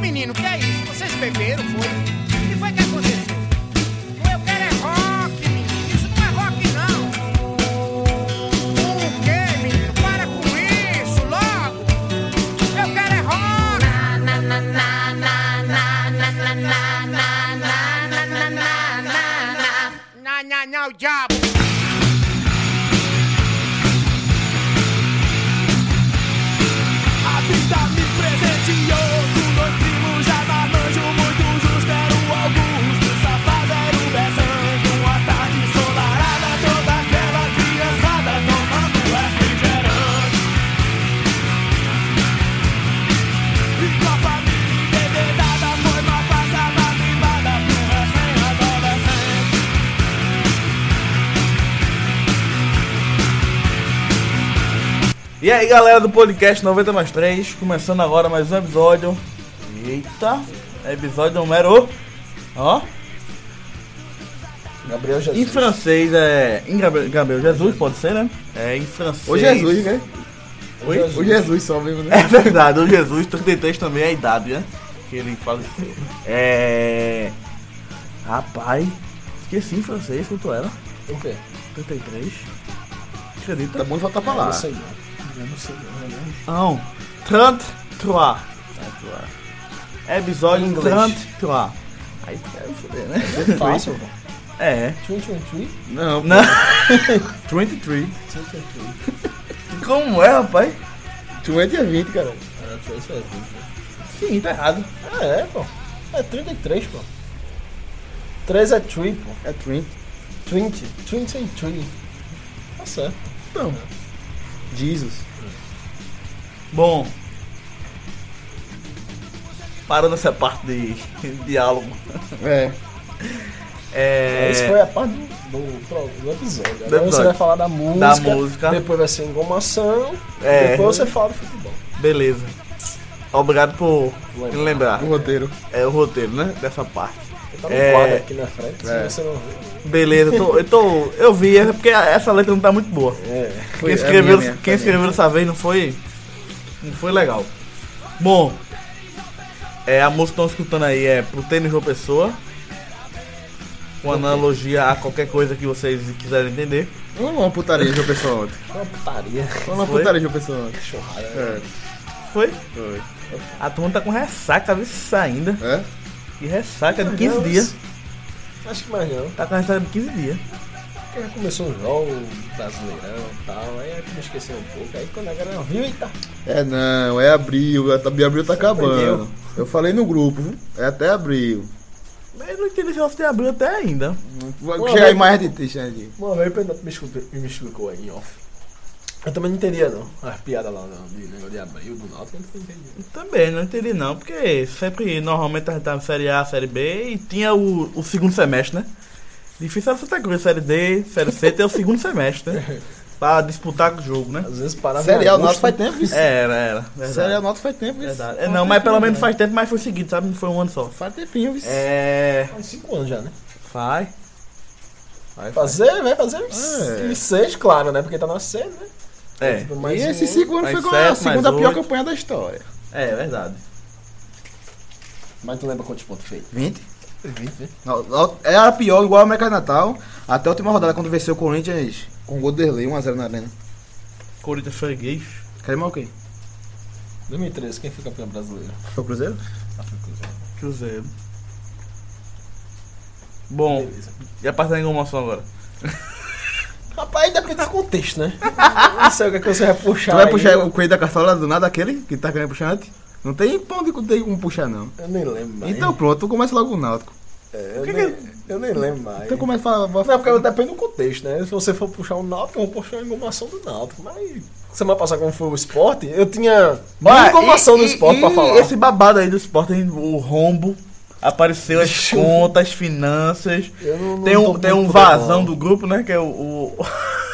menino, que é isso? Vocês beberam, foi? O que foi que aconteceu? O eu quero é rock, menino. Isso não é rock, não. O quê, menino? Para com isso, logo. Eu quero é rock. Na, na, na, o diabo. A vida me presenteou com dois primos já marmanjo, muito justo era o Augusto, safado era o Bezanho. Uma tarde ensolarada, toda aquela criançada tomando refrigerante. E com a família embebedada, foi uma passada mimada pro recém-adolescente. E aí galera do podcast 90 mais 3, começando agora mais um episódio. Eita, episódio número. Ó, Gabriel Jesus. em francês é. Em Gabriel, Gabriel Jesus, pode ser, né? É em francês. Ô Jesus, né? Oi? Ô Jesus só mesmo, né? É verdade, o Jesus 33 também é a idade, né? Que ele faleceu. É. Rapaz, esqueci em francês quanto era. O quê? 33. Tá Acredita? bom de voltar pra lá. Não sei não. Eu não sei não. Eu não- Não. 33. É Episódio Em inglês. 33. Aí deve foder, né? É fácil, pô. É. Twin, twin, twin. Não. Não. 23. Twin, twin, twin. Como é, rapaz? 20 é 20, cara. Era três vezes, né? Sim, tá errado. Ah, é, pô. É 33, pô. 3 é tree, pô. É 20. 20. 20 é tree. Tá certo. Não. Jesus. Bom. Parando essa parte de diálogo. É. É. Essa foi a parte do, do, pro- do episódio. Agora episódio. você vai falar da música, música. Depois vai ser engomação. É. Depois você fala do futebol. Beleza. Obrigado por me lembrar. O roteiro. É o roteiro, né? Dessa parte. Eu tava É. Tá no quadro aqui na frente, É. se você não viu. Beleza, eu tô. Eu, tô, eu vi, é porque essa letra não tá muito boa. É. Quem é escreveu, minha, minha, quem foi minha. escreveu dessa vez não foi. Não foi legal. Bom. É, a música que estão escutando aí é pro tênis de uma pessoa. Com analogia a qualquer coisa que vocês quiserem entender. Vamos uma putaria de uma pessoa ontem. Uma putaria. Vamos uma Foi? putaria de uma pessoa ontem. Churrada. É. Foi? Foi. A turma tá com ressaca, viu? Isso ainda. É? E ressaca de 15 Não, dias. Acho que mais não. Tá com ressaca de 15 dias. Porque já começou o jogo, o brasileirão e tal, aí eu me esqueci um pouco. Aí quando a galera viu, eita, É não, é abril. é- Abril tá acabando. perdeu. Eu falei no grupo, viu? É até abril. Mas eu não entendi se você abriu até ainda. Vou Ué, chegar aí mas- é mais de né, ti, Xandinho. uma vez o Pedro me explicou, me explicou aí em off. Eu também não entendia não, as piadas lá não, de negócio de abril, do norte, eu não entendia. Também, não entendi não, porque sempre normalmente a gente tava em série A, série B e tinha o, o segundo semestre, né? Difícil era Santa Cruz, série D, série C ter o segundo semestre, né? Pra disputar o jogo, né? Às vezes parava Série A, em o Náutico agosto, faz tempo isso. Era, era. Verdade. Série A, o Náutico faz tempo isso. Verdade. É, não, mas pelo menos faz tempo, mas foi seguido, sabe? Não foi um ano só. Faz tempinho isso. É. faz cinco anos já, né? Vai. Vai, vai. Fazer, vai fazer uns, É. uns seis, claro, né? Porque tá na C, né? É, Tipo, E mais esses um- cinco anos mais foi com a sete, mais segunda pior oito. campanha da história. é verdade. Mas tu lembra quantos pontos fez? 20? 20, né? Não, não, Era pior, igual ao América de Natal. Até a última rodada, quando venceu o Corinthians com o Goderley 1x0 na arena. Corinthians foi gay. Quer mal quem? 2013, quem foi campeão brasileiro? Foi o Cruzeiro? Cruzeiro. Bom, Beleza. e a parte da engomação agora? Rapaz, depende do contexto, né? Não sei o que, é que você vai puxar. Tu vai aí, puxar eu- o coelho da cartola do nada, aquele que tá querendo puxar antes? Não tem pão de tem como puxar, não. Eu nem lembro mais. Então pronto, começa logo o Náutico. É, eu, nem, eu nem lembro mais. Então começa a falar. Não, porque depende do contexto, né? Se você for puxar um Náutico, eu vou puxar uma engolmação do Náutico. Mas semana passada, como foi o esporte, eu tinha uma Mas, engolmação e- do esporte e- pra e falar. Esse babado aí do esporte, hein, o rombo. Apareceu as contas, finanças. Eu não- não tem tô um, tem um muito vazão bom. do grupo, né? Que é o. o-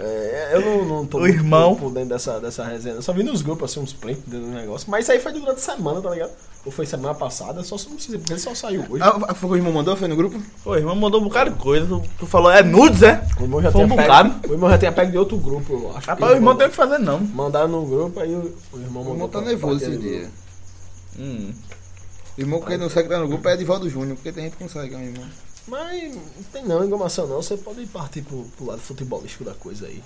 É, eu não, não tô O irmão. por dentro dessa, dessa resenha. Eu só vi nos grupos, assim, uns prints do negócio. Mas isso aí foi durante a semana, tá ligado? Ou foi semana passada, só se não sei, porque ele só saiu hoje. Ah, foi o que o irmão mandou? Foi no grupo? Pô, irmão mandou um bocado de coisa. Tu, tu falou, é nudes, é? O irmão já Foi um tinha bocado. pego, O irmão já tinha pego de outro grupo, eu acho. Rapaz, o irmão não mandou- tem o que fazer, não. Mandaram no grupo, aí o, o irmão O mandou. irmão tá pra- nervoso pra esse aquele dia. grupo. Hum. Irmão, quem não segue tá no grupo é Edivaldo Júnior, porque tem gente que não segue, meu irmão. Mas não tem não, engamação não. Você pode partir pro, pro lado futebolístico da coisa aí.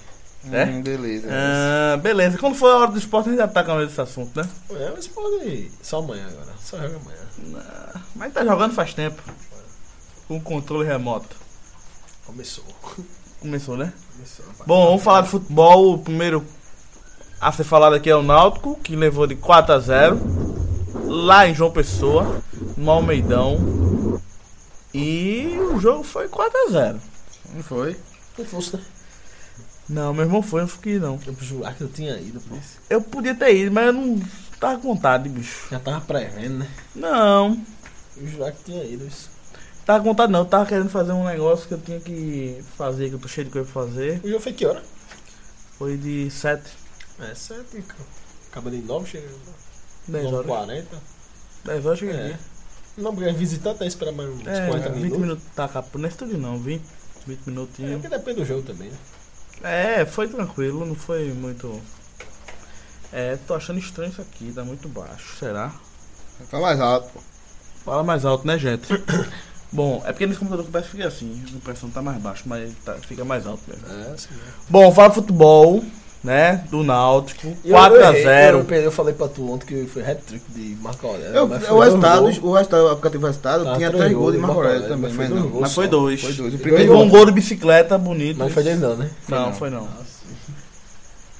É? Hum, beleza. Ah, beleza, quando for a hora do esporte, a gente ataca mais esse assunto, né? É, mas pode. Só amanhã agora. Só joga amanhã. Mas tá jogando faz tempo. Com controle remoto. Começou. Começou, né? Começou. Bom, vamos falar de futebol. O primeiro a ser falado aqui é o Náutico, que levou de 4 a 0 lá em João Pessoa, no Almeidão. E o jogo foi 4 a 0 Não foi? Foi fosse, né? Não, meu irmão foi, eu não fiquei não. Eu jurar que eu tinha ido, pô. Eu podia ter ido, mas eu não tava com vontade, bicho. Já tava prevendo, né? Não, Eu jurar que tinha ido isso. tava com vontade não. Eu tava querendo fazer um negócio que eu tinha que fazer, que eu tô cheio de coisa pra fazer. O jogo foi que hora? Foi de 7, É, sete, cara. Acaba de nove, chega. 10 nove e horas. quarenta. 10 horas eu cheguei É. aqui. Não, porque visitante aí espera mais uns É, 40 20 minutos. minutos. Tá, capa, não é isso tudo não, 20, 20 É, minutinhos. porque depende do jogo também, né? É, foi tranquilo, não foi muito. É, tô achando estranho isso aqui, tá muito baixo, será? Tá mais alto, pô. Fala mais alto, né, gente? Bom, é porque nesse computador que parece que fica assim, a impressão tá mais baixo, mas tá- fica mais alto mesmo. É, sim. Bom, fala futebol, né? Do Náutico, 4x0. Eu, falei pra tu ontem que foi hat-trick de Marco Aurélio. Eu, mas é eu- foi o dois resultado, gols. o resultado, o aplicativo resultado, Tá, tinha três 3 gols de gols, Marco Aurélio Marco Aurélio, também, mas mas foi não. dois Mas foi dois. Foi dois. O Teve primeiro um gol. gol de bicicleta bonito. Mas foi dele não, né? Não, foi não.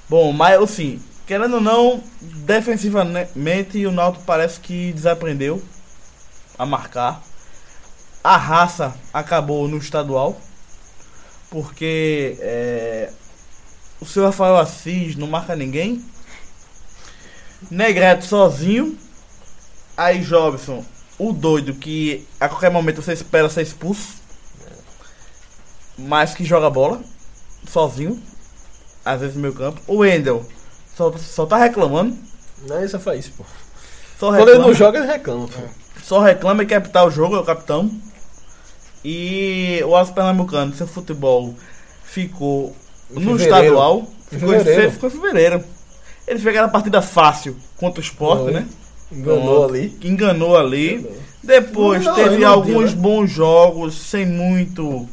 Bom, mas assim, querendo ou não, defensivamente o Náutico parece que desaprendeu a marcar. A raça acabou no estadual, porque é, o seu Rafael Assis não marca ninguém. Negreto sozinho. Aí Jobson, o doido que a qualquer momento você espera ser expulso. Mas que joga bola sozinho às vezes no meu campo. O Wendel só, só tá reclamando. Não, isso foi isso, pô. Só Quando ele não reclama, joga, ele reclama, pô. só reclama e quer apitar o jogo, é o capitão. E o Alves Pernambucano, seu futebol ficou no Fevereiro. estadual. Ficou em, fe, Fevereiro. ficou em fevereiro. Eles pegaram a partida fácil contra o Sport, Foi. né? Enganou ali. Que enganou ali. Enganou. Depois Não, teve eu não né? alguns digo, bons jogos, sem muito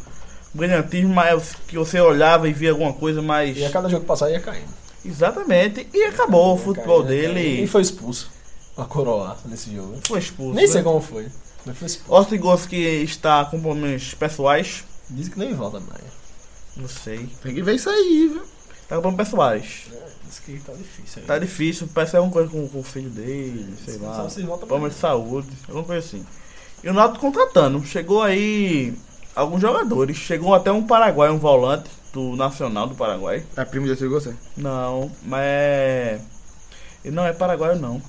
brilhantismo, mas é que você olhava e via alguma coisa mais. E a cada jogo que passar ia caindo. Exatamente. E acabou o Ia futebol caindo, ia caindo. dele. E foi expulso. A coroar nesse jogo. né? Foi expulso. Nem sei né? como foi. Mas foi expulso. Ortigoski está com problemas pessoais. Diz que nem volta mais. Não sei. Tem que ver isso aí, viu? Tá com problemas pessoais. Diz que tá difícil. aí. Tá difícil, parece alguma coisa com, com o filho dele, sei Não lá. sabe se volta Problemas mais. de saúde, alguma coisa assim. E o Náutico contratando. Chegou aí alguns jogadores. Chegou até um paraguai, um volante do Nacional do Paraguai. É primo desse gol, você? Não, mas é. Ele não é paraguaio, não.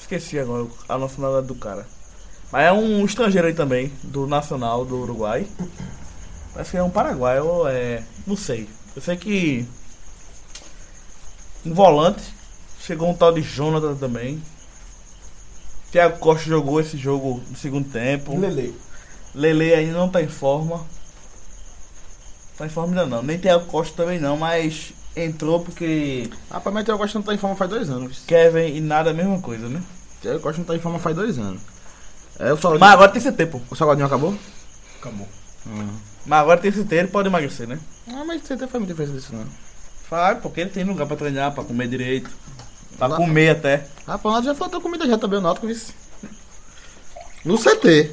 Esqueci agora a nacionalidade do cara. Mas é um estrangeiro aí também, do Nacional do Uruguai. Parece que é um paraguaio, ou é. Não sei. Eu sei que. Um volante. Chegou um tal de Jonathan também. Thiago Costa jogou esse jogo no segundo tempo. Lele. Lele ainda não tá em forma. Tá em forma ainda não. Nem Thiago Costa também não, mas entrou porque Rapaz, mas o Thiago Costa não tá em forma faz dois anos. Kevin e nada é a mesma coisa, né? O Thiago Costa não tá em forma faz dois anos. É, o Salgadinho, Mas Hum. agora tem CT, pô. o Salgadinho acabou? Acabou. Mas agora tem CT, ele pode emagrecer, né? Ah, mas você até faz muita diferença disso, né? não. Faz, porque ele tem lugar pra treinar, pra comer direito. Pra Lá- comer até. Rapaz, o Náutico Ah, já faltou comida já também, o Náutico, vice. No CT.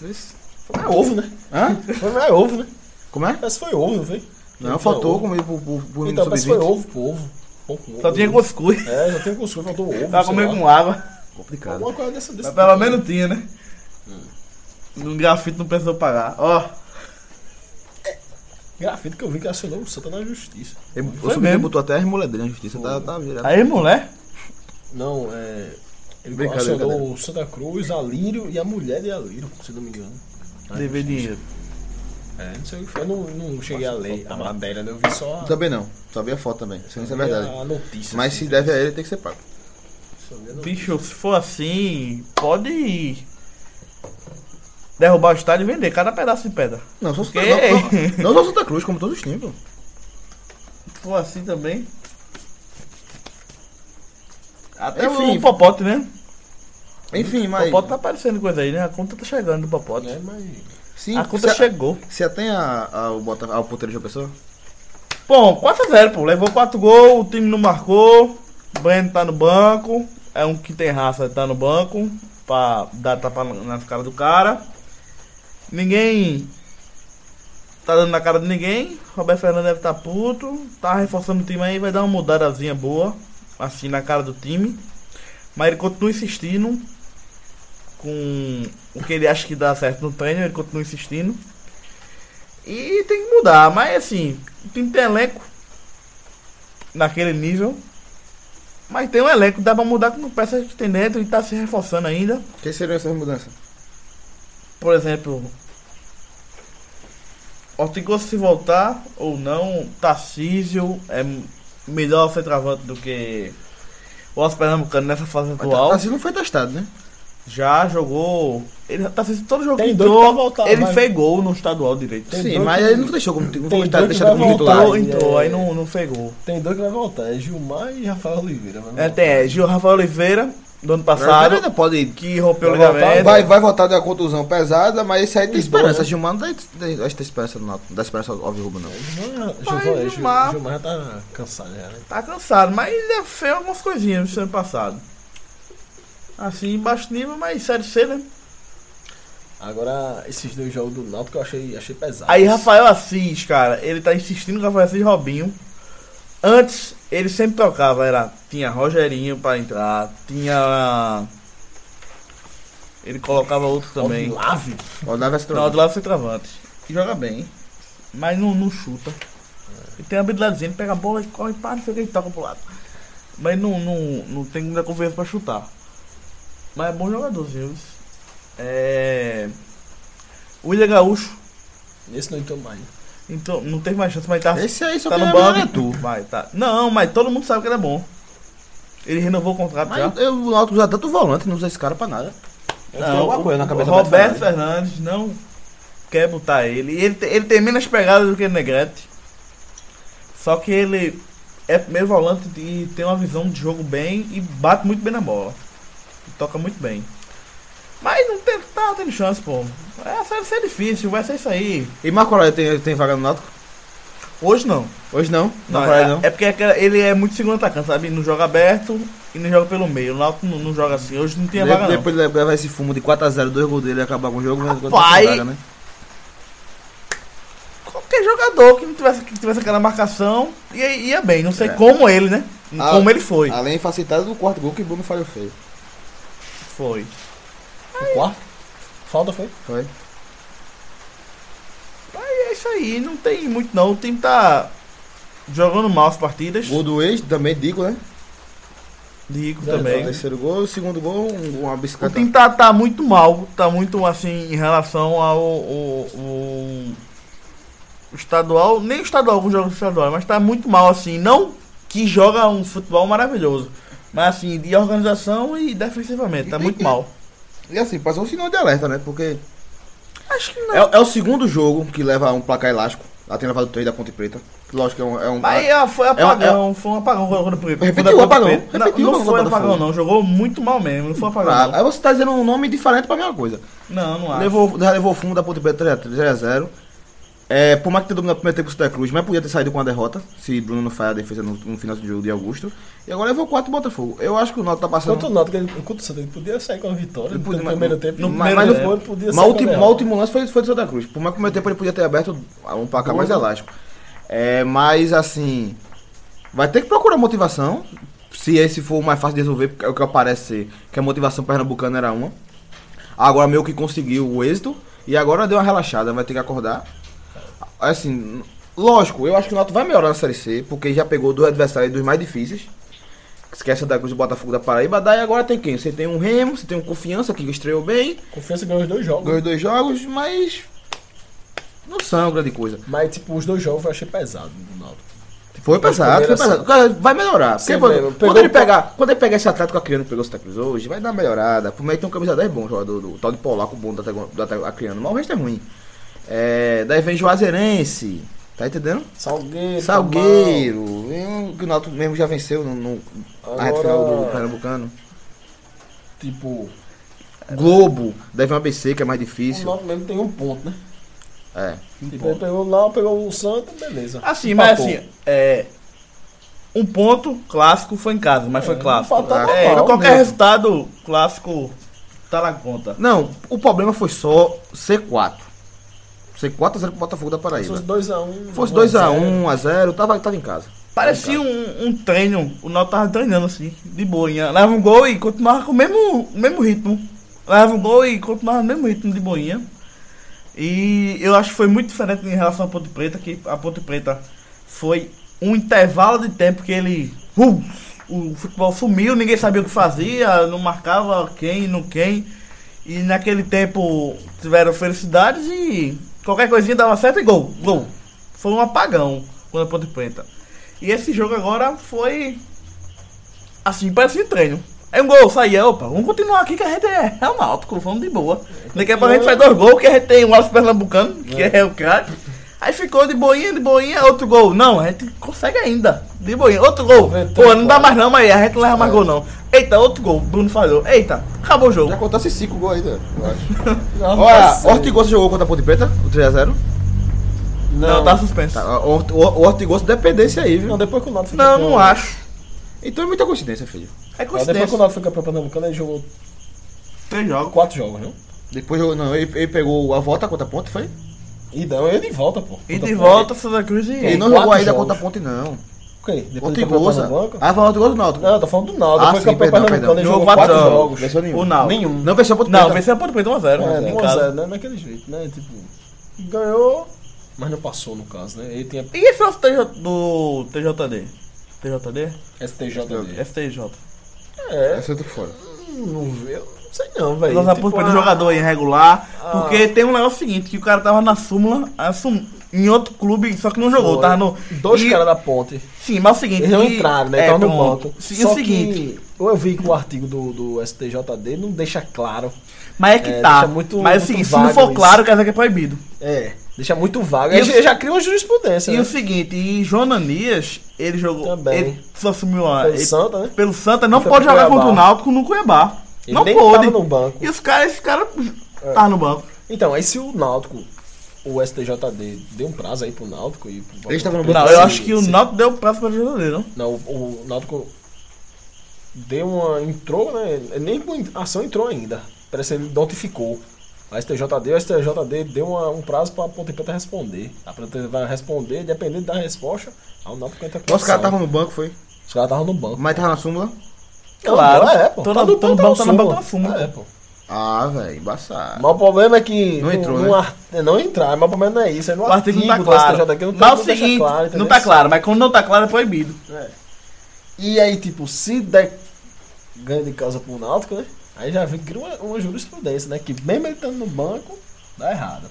Vice. Foi mais ovo, né? Hã? Foi mais ovo, né? Como é? Parece que foi ovo, não foi? Não, Foi Então, faltou ovo. comida pro, pro, pro Então, menino parece que foi sub-20. ovo pro ovo. Pão com ovo. Só tinha cuscuz. É, já tem cuscuz, faltou ovo. Pra sei comer lá. com água. Complicado. Alguma coisa dessa, desse Mas pelo tipo. menos tinha, né? No grafite não precisou pagar. Ó, Grafite que eu vi que acionou o Santa na justiça. Ele- É, Foi O Subito mesmo. botou até as mulheres na justiça, tá, tá virado. aí mulher. Não, é. Ele Brincadeira, acionou brincadeira. o Santa Cruz, Alírio e a mulher de Alírio, se não me engano. Dever dinheiro. É, não sei o que foi. Eu não, não cheguei a ler tá a matéria, né? Eu vi só. a- Também não. Só vi a foto também. Isso não Tá é vi verdade. A ah, notícia. Mas se assim, deve a ele, tem que ser pago. só vi a notícia. Bicho, se for assim, pode derrubar o estádio e vender cada pedaço de pedra. Não, só Santa, Que? não, não, não só Santa Cruz, como todos os times. pô. Se for assim também. Até Enfim. o Popote, né? Enfim, O mas. Popote tá aparecendo coisa aí, né? A conta tá chegando do Popote. É, mas. Sim, A conta se- chegou. Você tem a, a, o Bota- ao ponteiro de uma pessoa? Bom, 4x0, pô. Levou 4 gols, o time não marcou. O Breno tá no banco. É um que tem raça, tá no banco. Pra dar tapa nas caras do cara. Ninguém. Tá dando na cara de ninguém. Roberto Fernandes deve tá puto. Tá reforçando o time aí, vai dar uma mudadazinha boa. Assim, na cara do time. Mas ele continua insistindo. Com o que ele acha que dá certo no treino, ele continua insistindo. E tem que mudar, mas assim, o time tem elenco naquele nível. Mas tem um elenco, que dá pra mudar com peças que tem dentro e tá se reforçando ainda. Quem seriam essas mudanças? Por exemplo, Ortigoso se voltar ou não, Tarcísio é m- melhor centroavante do que o Oscar Pernambucano nessa fase atual. Assim não foi testado, né? Já jogou. Ele tá assistindo todo jogo Tem que doido entrou, pra voltar, ele vai. fez gol no estadual direito. Tem Sim, dois mas que- ele não deixou como, como tem dois é. titular, que deixado vai como titular. voltar. Entrou, entrou, aí não, não fez gol. Tem dois que vai voltar, é Gilmar e Rafael Oliveira. mas não É, tem é, Gil Rafael Oliveira, do ano Ele passado, ainda pode ir. que rompeu o Vai voltar, ligamento. Vai, vai voltar de uma contusão pesada, mas esse aí tem Os esperança. dois, né? Gilmar não dá, dá- acho que tem esperança no Náutico, não dá esperança ao ao Viúva, não. Gilmar, Rapaz, Gilmar, Gilmar. Gilmar. Gilmar tá cansado já, né? Tá cansado, mas ainda fez algumas coisinhas no ano passado. Assim, baixo nível, mas sério C, né? Agora, esses dois jogos do Náutico eu achei, achei pesado. Aí Rafael Assis, cara, ele tá insistindo com Rafael Assis e Robinho. Antes, ele sempre tocava, era. Tinha Rogerinho pra entrar, tinha. Ele colocava outro também. Lave. Ó, dá vai se Não, trocar. do lado centroavante. Que joga bem, mas não, não chuta. Ele tem habilidadezinha, ele pega a bola, ele corre, para, não sei o que, ele toca pro lado. Mas não, não, não tem muita confiança pra chutar. Mas é bom jogador, viu? É... O William Gaúcho, Nesse não entrou mais. então, não teve mais chance, mas tá, Esse aí só tá quem no é bom banco. é tu. Vai, tá. Não, mas todo mundo sabe que ele é bom. Ele renovou o contrato já. Mas eu, o Náutico usa tanto volante, não usa esse cara pra nada. Eu Não, alguma coisa na o cabeça Roberto Fernandes não quer botar ele. Ele, te- ele tem menos pegada do que o Negrete. Só que ele é primeiro volante e tem uma visão de jogo bem e bate muito bem na bola. E toca muito bem. Mas não tem, tá tendo chance, pô. É, vai ser difícil, vai ser isso aí. E Marco Aurélio tem, tem vaga no Náutico? Hoje não. Hoje não, Não, Marco é, Aurélio não. é porque aquela- ele é muito segundo atacante, sabe? Não joga aberto e não joga pelo meio. O Náutico não, não joga assim. Hoje não tem a De- vaga é não. depois de levar esse fumo de 4x0, dois gols dele e acabar com o jogo, mas Rapaz! vaga, né? qualquer jogador que não tivesse, que tivesse aquela marcação ia, ia bem. Não sei É. como ele, né? Ah, como ele foi. Além facilitado do quarto gol que Bruno falhou feio. Foi. O quarto? Falta foi? Foi? E é isso aí, não tem muito não. O time tá jogando mal as partidas. Gol do ex, também digo, né? Rico Zero, também. zero. Terceiro gol, segundo gol, um- uma O bicicleta. time tá, tá muito mal, tá muito assim em relação ao, ao- ao estadual, nem o estadual, alguns jogos estaduais, mas tá muito mal assim, não que joga um futebol maravilhoso, mas assim, de organização e defensivamente, tá muito mal. E assim, passou um sinal de alerta, né? Porque Acho que não. é, é o segundo jogo que leva um placar elástico. Ela tem levado três da Ponte Preta. Lógico que é um. É um Mas é, foi é um- apagão, foi um apagão quando quando- quando- Repetiu quando- o apagão, quando- Não, repetiu o não, apagão foi do apagão, Botafogo. não. Jogou muito mal mesmo, não foi um apagão. Ah, Não, aí você tá dizendo um nome diferente pra mesma coisa. não, não acho. Levou, já levou o fumo da Ponte Preta 3x0. É, por mais que tenha dominado o primeiro tempo o Santa Cruz, mas podia ter saído com a derrota, se Bruno não falha a defesa no, no final do jogo de Augusto. E agora levou 4 Botafogo. Eu acho que o Náutico tá passando. Enquanto o Náutico, ele- enquanto o Santa, ele podia sair com a vitória. Ele Ele podia, podia, no mas- primeiro tempo. no mas primeiro depois tempo. podia Mas sair o com a último- derrota. mas o último lance foi, foi do Santa Cruz. Por mais que o meu tempo ele podia ter aberto um placar mais elástico. É, mas assim. Vai ter que procurar motivação. Se esse for o mais fácil de resolver, porque é o que aparece ser que a motivação pernambucana era uma. Agora meio que conseguiu o êxito. E agora deu uma relaxada, vai ter que acordar. Assim, lógico, eu acho que o Náutico vai melhorar na Série C, porque já pegou dois adversários dos mais difíceis. Esquece Santa Cruz e Botafogo da Paraíba. Daí agora tem quem? Você tem um Remo, você tem um Confiança que estreou bem. Confiança ganhou os dois jogos. Ganhou dois jogos, mas. Não são grande coisa. Mas, tipo, os dois jogos eu achei pesado do Náutico. Foi Mas pesado, foi primeiro pesado. Cara, vai melhorar. Porque, Sim, mano, velho, quando, pegou ele o pau- pegar, quando ele pegar esse atleta que a criança pegou o Santa Cruz hoje, vai dar uma melhorada. Por meio que tem um camisa 10 bom, jogador do, tal de polaco bom da, Tago- da, Tago- a criança. Mas o resto é ruim. É, daí vem Juazeirense. Tá entendendo? Salgueiro. Salgueiro. vem um Que o Náutico mesmo já venceu no, no- na reta final do Agora- Pernambucano. Tipo, Globo, deve um ABC, que é mais O difícil. Náutico mesmo tem um ponto, né? É. Tipo, pegou lá, pegou o Santa, beleza. um Assim, mas Empatou. assim, é. Um ponto clássico foi em casa, mas foi É, clássico. empatar é É, normal, qualquer né? resultado clássico tá na conta. Não, o problema foi só C4. C4 a 0 pro Botafogo da Se fosse Paraíba. 2x1. Fosse 2x1, é. a um, 0 tava, tava em casa. Parecia um, um treino, o Náutico tava treinando assim, de boinha. Leva um gol e continuava com o mesmo, o mesmo ritmo. Leva um gol e continuava no mesmo ritmo de boinha. E eu acho que foi muito diferente em relação à Ponte Preta, que a Ponte Preta foi um intervalo de tempo que ele. uh, o futebol sumiu, ninguém sabia o que fazia, não marcava quem, não quem. E naquele tempo tiveram felicidades e qualquer coisinha dava certo e gol. Gol. Foi um apagão quando a Ponte Preta. E esse jogo agora foi. Assim, parece um treino. É um gol, saía, opa, vamos continuar aqui que a gente é, é o Náutico, vamos de boa. Daqui a pouco a gente faz dois gols, que a gente tem o Alves Pernambucano, que é, o craque. Aí ficou de boinha, de boinha, outro gol. Não, a gente consegue ainda. De boinha, outro gol. Pô, não dá mais não, mas a gente não leva É. mais gol não. Eita, outro gol, Bruno falhou. Eita, acabou o jogo. Já contasse 5 gols ainda, eu acho. Olha, Olha, Ortigosa jogou contra a Ponte Preta, o 3x0. Não, tá suspenso. Tá, o Hort- o Ortigosa dependência aí, assim, Não, viu? depois que o Náutico foi Não, campeão, não acho. Então é muita coincidência, filho. É Ah, Depois que o coincidência. Náutico foi campeão pernambucano, ele jogou Três jogos. quatro jogos, não? Depois jogou- não, ele, ele pegou a volta contra a Ponte, foi? E não, ele de volta, pô. E de volta, Santa Cruz e... Ele não quatro jogou ainda jogos. contra a Ponte, não. Ok, depois do campeão Ortigosa. pernambucano. Ah, falou Ortigosa do Náutico. Não, eu tô falando do Náutico. Ah, Depois sim, que campeão perdão, pernambucano, ele perdão. jogou Jogou quatro quatro jogos. jogos. Venceu nenhum. O Náutico. Nenhum. Não venceu a Ponte Não, Preta. venceu a Ponte Preta 1x0. É, em um a casa. zero, né? Naquele jeito, né? Tipo, ganhou, mas não passou no caso, né? Ele tinha E esse é o TJ do TJD? TJD? STJ dele. STJ. É, Essa eu tô tá fora. não vê, eu não sei não, velho. Nossa, Tipo, tipo, ah, jogador irregular. Porque tem um negócio seguinte, que o cara tava na súmula, a súm- em outro clube, só que não jogou, foi. tava no. é, Dois e- caras da ponte. Sim, mas é o seguinte. Eles não e- É, entraram, né? Estavam no pronto. banco. Sim, E Só o seguinte. que eu vi que o artigo do, do STJD não deixa claro. Mas é que É, tá. deixa muito- mas é o muito seguinte, se não vago for isso. claro, quer dizer que é proibido. É, deixa muito vago. E Aí o- já- já cria uma jurisprudência, E né? o seguinte, e Jonanias, ele jogou. Também. Ele só assumiu a. Pelo ele- Santa, né? pelo Santa, não Foi pode pro jogar Cuiabá. contra o Náutico no Cuiabá. Ele não nem pôde. tava no banco. É. E os caras, esse cara tá no banco. Então, aí se o Náutico, o STJD, deu um prazo aí pro Náutico e pro Eles estavam no banco. Não, Sim, eu acho que o sim. Náutico deu prazo pra jogador, não? Não, o, o Náutico deu uma. entrou, né? Nem com a ação entrou ainda. Parece que ele notificou. A STJD, a STJD deu uma- um prazo pra Ponte Preta responder. A Ponte Preta vai responder, dependendo da resposta, aí o Náutico entra com Nossa, os ação. caras estavam no banco, foi? Os caras estavam no banco. Mas tava na súmula. Claro. é, pô. Todo- Tá no todo banco, banco tá no súmula. banco, tá na súmula. É, pô. Ah, velho, embaçado. Mas o problema é que. Não entrou, não, né? ar- não entrar, mas o problema não é isso. É no O artigo não tá do claro. STJD, não, mas tá, o não deixa seguinte, não entendeu? tá claro, mas quando não tá claro é proibido. É. E aí, tipo, se der ganho de causa pro Náutico, né? Aí já vem cria uma, uma jurisprudência, né? Que mesmo ele estando no banco, dá errado.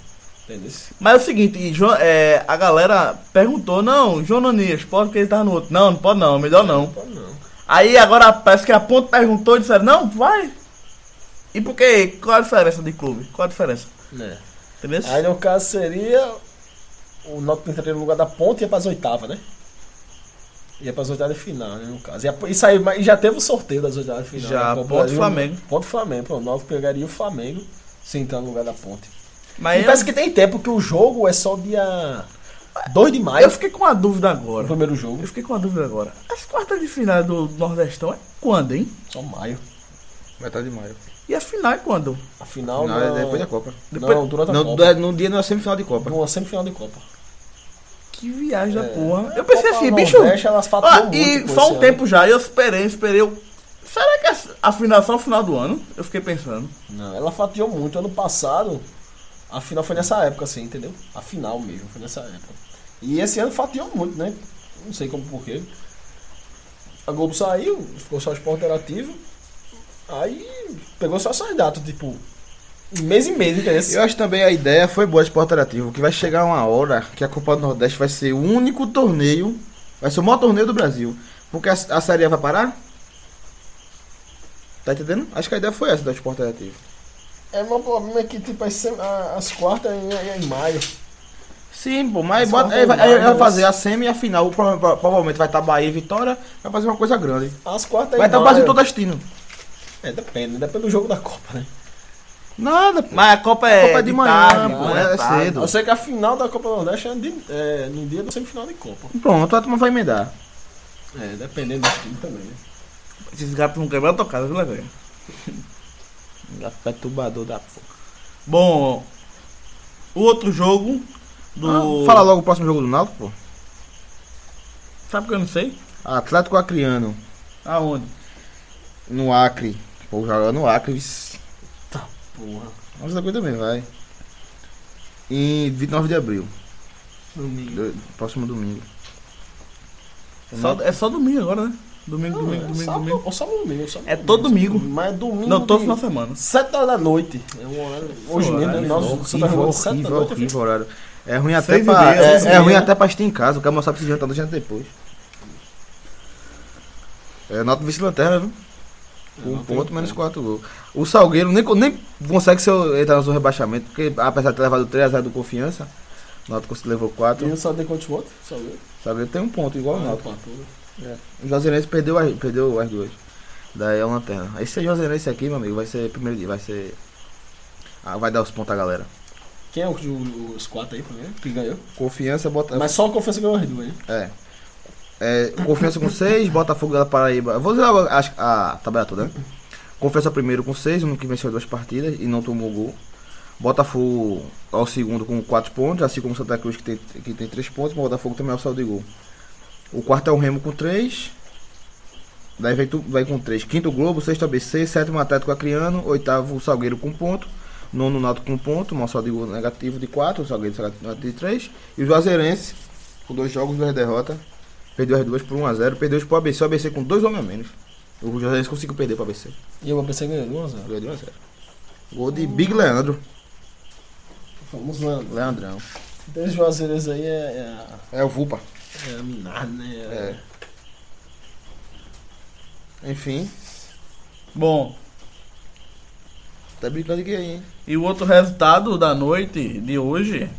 Entendeu? Mas é o seguinte, e Jo- é, a galera perguntou, não, Jonanias, pode porque ele tá no outro. Não, não pode não, melhor não. Pô, não. Aí agora parece que a ponta perguntou e disseram, não, vai. E por quê? Qual a diferença de clube? Qual a diferença? Né? Entendeu? Aí no caso seria. O Náutico entraria no lugar da ponta e ia pras oitavas, né? Ia pras oitavas de final, né? No caso. Ia, e, saiu, mas- e já teve o sorteio das oitavas de final. Já, né? Pô, Ponte Brasil- Flamengo. Ponte Flamengo, pô. O Náutico pegaria o Flamengo se entrar no lugar da ponte. Mas e parece que tem tempo, que o jogo é só dia 2 de eu, maio. eu fiquei com uma dúvida O agora. primeiro jogo. Eu fiquei com uma dúvida agora. As quartas de final do Nordestão é quando, hein? Só maio. Metade de maio. E a final é quando? A final. Não, não, é depois da Copa. Não, Depois- durante a Não, Copa. é, no dia não é semifinal de Copa. Numa semifinal de Copa. Que viagem da É. porra. É, Eu pensei Copa assim, do bicho. Nordeste, elas faturam ah, muito e com só esse um ano. tempo já, eu esperei, esperei. Eu... Será que a- a final é só o final do ano? Eu fiquei pensando. Não, ela fatiou muito. Ano passado, a final foi nessa época, assim, entendeu? A final mesmo, foi nessa época. E esse ano fatiou muito, né? Não sei como porquê. A Globo saiu, ficou só esporte interativo. Aí pegou só essas datas, tipo, mês em mês, entendeu? Eu acho também a ideia foi boa de esporte alternativo, que vai chegar uma hora que a Copa do Nordeste vai ser o único torneio, vai ser o maior torneio do Brasil. Porque a, a Série A vai parar? Tá entendendo? Acho que a ideia foi essa da esporte alternativo. É, mas o problema é que, tipo, as, sem- a- as quartas é em, é em maio. Sim, pô, mas Só bota, vai aí vai, mudar, aí vai né? fazer a semi e a final. prova- prova- Provavelmente vai estar Bahia e Vitória, vai fazer uma coisa grande. As quartas é Vai tá em estar o maio. Brasil todo assistindo. É, depende, depende do jogo da Copa, né? Nada, pô. Mas a Copa é, Copa é de de, manhã, tarde, pô, pô, é é tarde. cedo. Eu sei que a final da Copa do Nordeste é, de- é no dia da semifinal de Copa. Pronto, a turma vai emendar. É, dependendo do time também, né? Esses gatos não quebram a tocada, viu, Leandro? Gato perturbador da porra. Bom, o outro jogo do. Ah, fala logo o próximo jogo do Náutico, pô. Sabe que eu não sei? Atlético Acriano, Aonde? no Acre. Pô, joga no Acre, vice. Tá, Porra, Mas da coisa também vai. Em 29 de abril, domingo. do- próximo domingo. Só- é só domingo agora, né? Domingo, Ah, é domingo, domingo, sábado, domingo. Ou é só domingo, ou só É todo domingo. Mas é domingo. Não, todo de final de semana. 7 horas da noite. É um horário. Hoje mesmo, horário né? Nós é Horrível, horrível, horrível o horário. É ruim até Seis e pra. meia, seis e É, é ruim meia. até pra assistir em casa, o cara não sabe se jantar do jantar depois. É nota vice-lanterna, viu? Com um ponto, menos 4 gols. O Salgueiro nem, co- nem consegue ser, o- entrar no seu rebaixamento, porque apesar de ter levado 3x0 do Confiança, o Náutico se levou 4. E é o Salgueiro contra o outro? Salgueiro? O Salgueiro tem um ponto, igual o Ah, Náutico. empatou. O Juazeirense perdeu, as- perdeu as duas. Daí é uma lanterna. Esse Juazeirense aqui, meu amigo, vai ser primeiro dia, vai ser. Ah, vai dar os pontos à galera. Quem é o- o- os quatro aí primeiro? Que ganhou? Confiança, bota. Mas só a confiança ganhou as duas, né? É. É, Confiança com 6, Botafogo da Paraíba. Eu Vou dizer logo a, a tabela toda, né? Confiança primeiro com 6, um que venceu duas partidas e não tomou gol. Botafogo ao segundo com 4 pontos, assim como Santa Cruz que tem 3 que tem três pontos, mas o Botafogo também é o saldo de gol. O quarto é o Remo com 3. Daí vem, tu- vai com 3. Quinto Globo, sexto ABC, sétimo Atlético Acriano, oitavo o Salgueiro com ponto, nono Náutico com ponto, um saldo de gol negativo de 4, o Salgueiro negativo de 3. E o Juazeirense com dois jogos, duas derrotas. Perdeu as duas por 1x0. Perdeu hoje pro ABC. O ABC com dois homens a menos. O Juazeirense conseguiu perder pro ABC. E o ABC ganhou duas, né? Ganhou de 1x0. Gol de Big Leandro. Vamos lá. Leandrão. Três Juazeiros aí é, é, a- É o Vulpa. é a Minardi, né? É. Enfim. Bom, Tá brincando aqui aí, hein? e o outro resultado da noite de hoje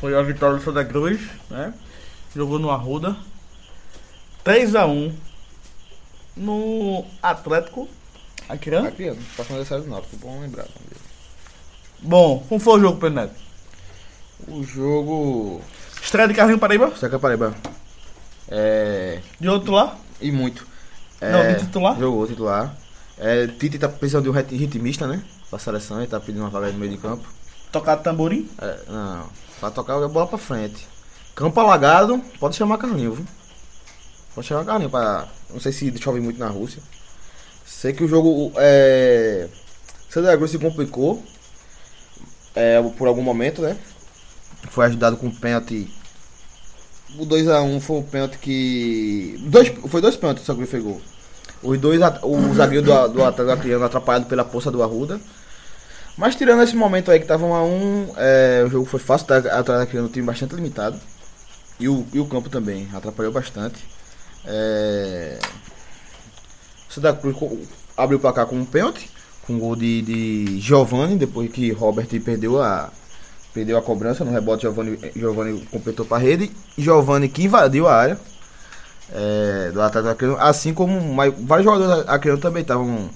foi a vitória do Santa Cruz, né? Jogou no Arruda. 3x1 no Atlético. Aquirano. Acriano. Passando aniversário do Náutico. Bom lembrar. vamos ver. Bom, como foi o jogo, Pedro Neto? O jogo... Estreia de Carlinho Paraíba? Saca Paraíba. É... De outro lá? E muito. É, Não, de titular? Jogou titular. É, Tite tá precisando de um rit- ritmista, né? Pra seleção. Ele tá pedindo uma vaga aí no meio de campo. Tocar tamborim? É, não, pra tocar a bola pra frente. Campo alagado, pode chamar Carlinho, viu? Pode chamar Carlinho pra. Não sei se chove muito na Rússia. Sei que o jogo. É. Santa Cruz se complicou. é, por algum momento, né? Foi ajudado com um pênalti. O 2x1 foi um pênalti que. Dois, foi dois pênaltis que o Santa Cruz fez gol. Os dois, at- o zagueiro do, do Atlético Acreano atrapalhado pela poça do Arruda. Mas tirando esse momento aí que tava 1 a 1 é, o jogo foi fácil, tá, atrás da criando um time bastante limitado. E o, e o campo também atrapalhou bastante. É, Santa Cruz co- abriu o placar com um pênalti, com um gol de, de Giovanni, depois que Robert perdeu a, perdeu a cobrança no rebote, Giovanni, Giovanni completou para a rede. E Giovanni que invadiu a área é, do Atlético Acreano, assim como mai- vários jogadores acreano também estavam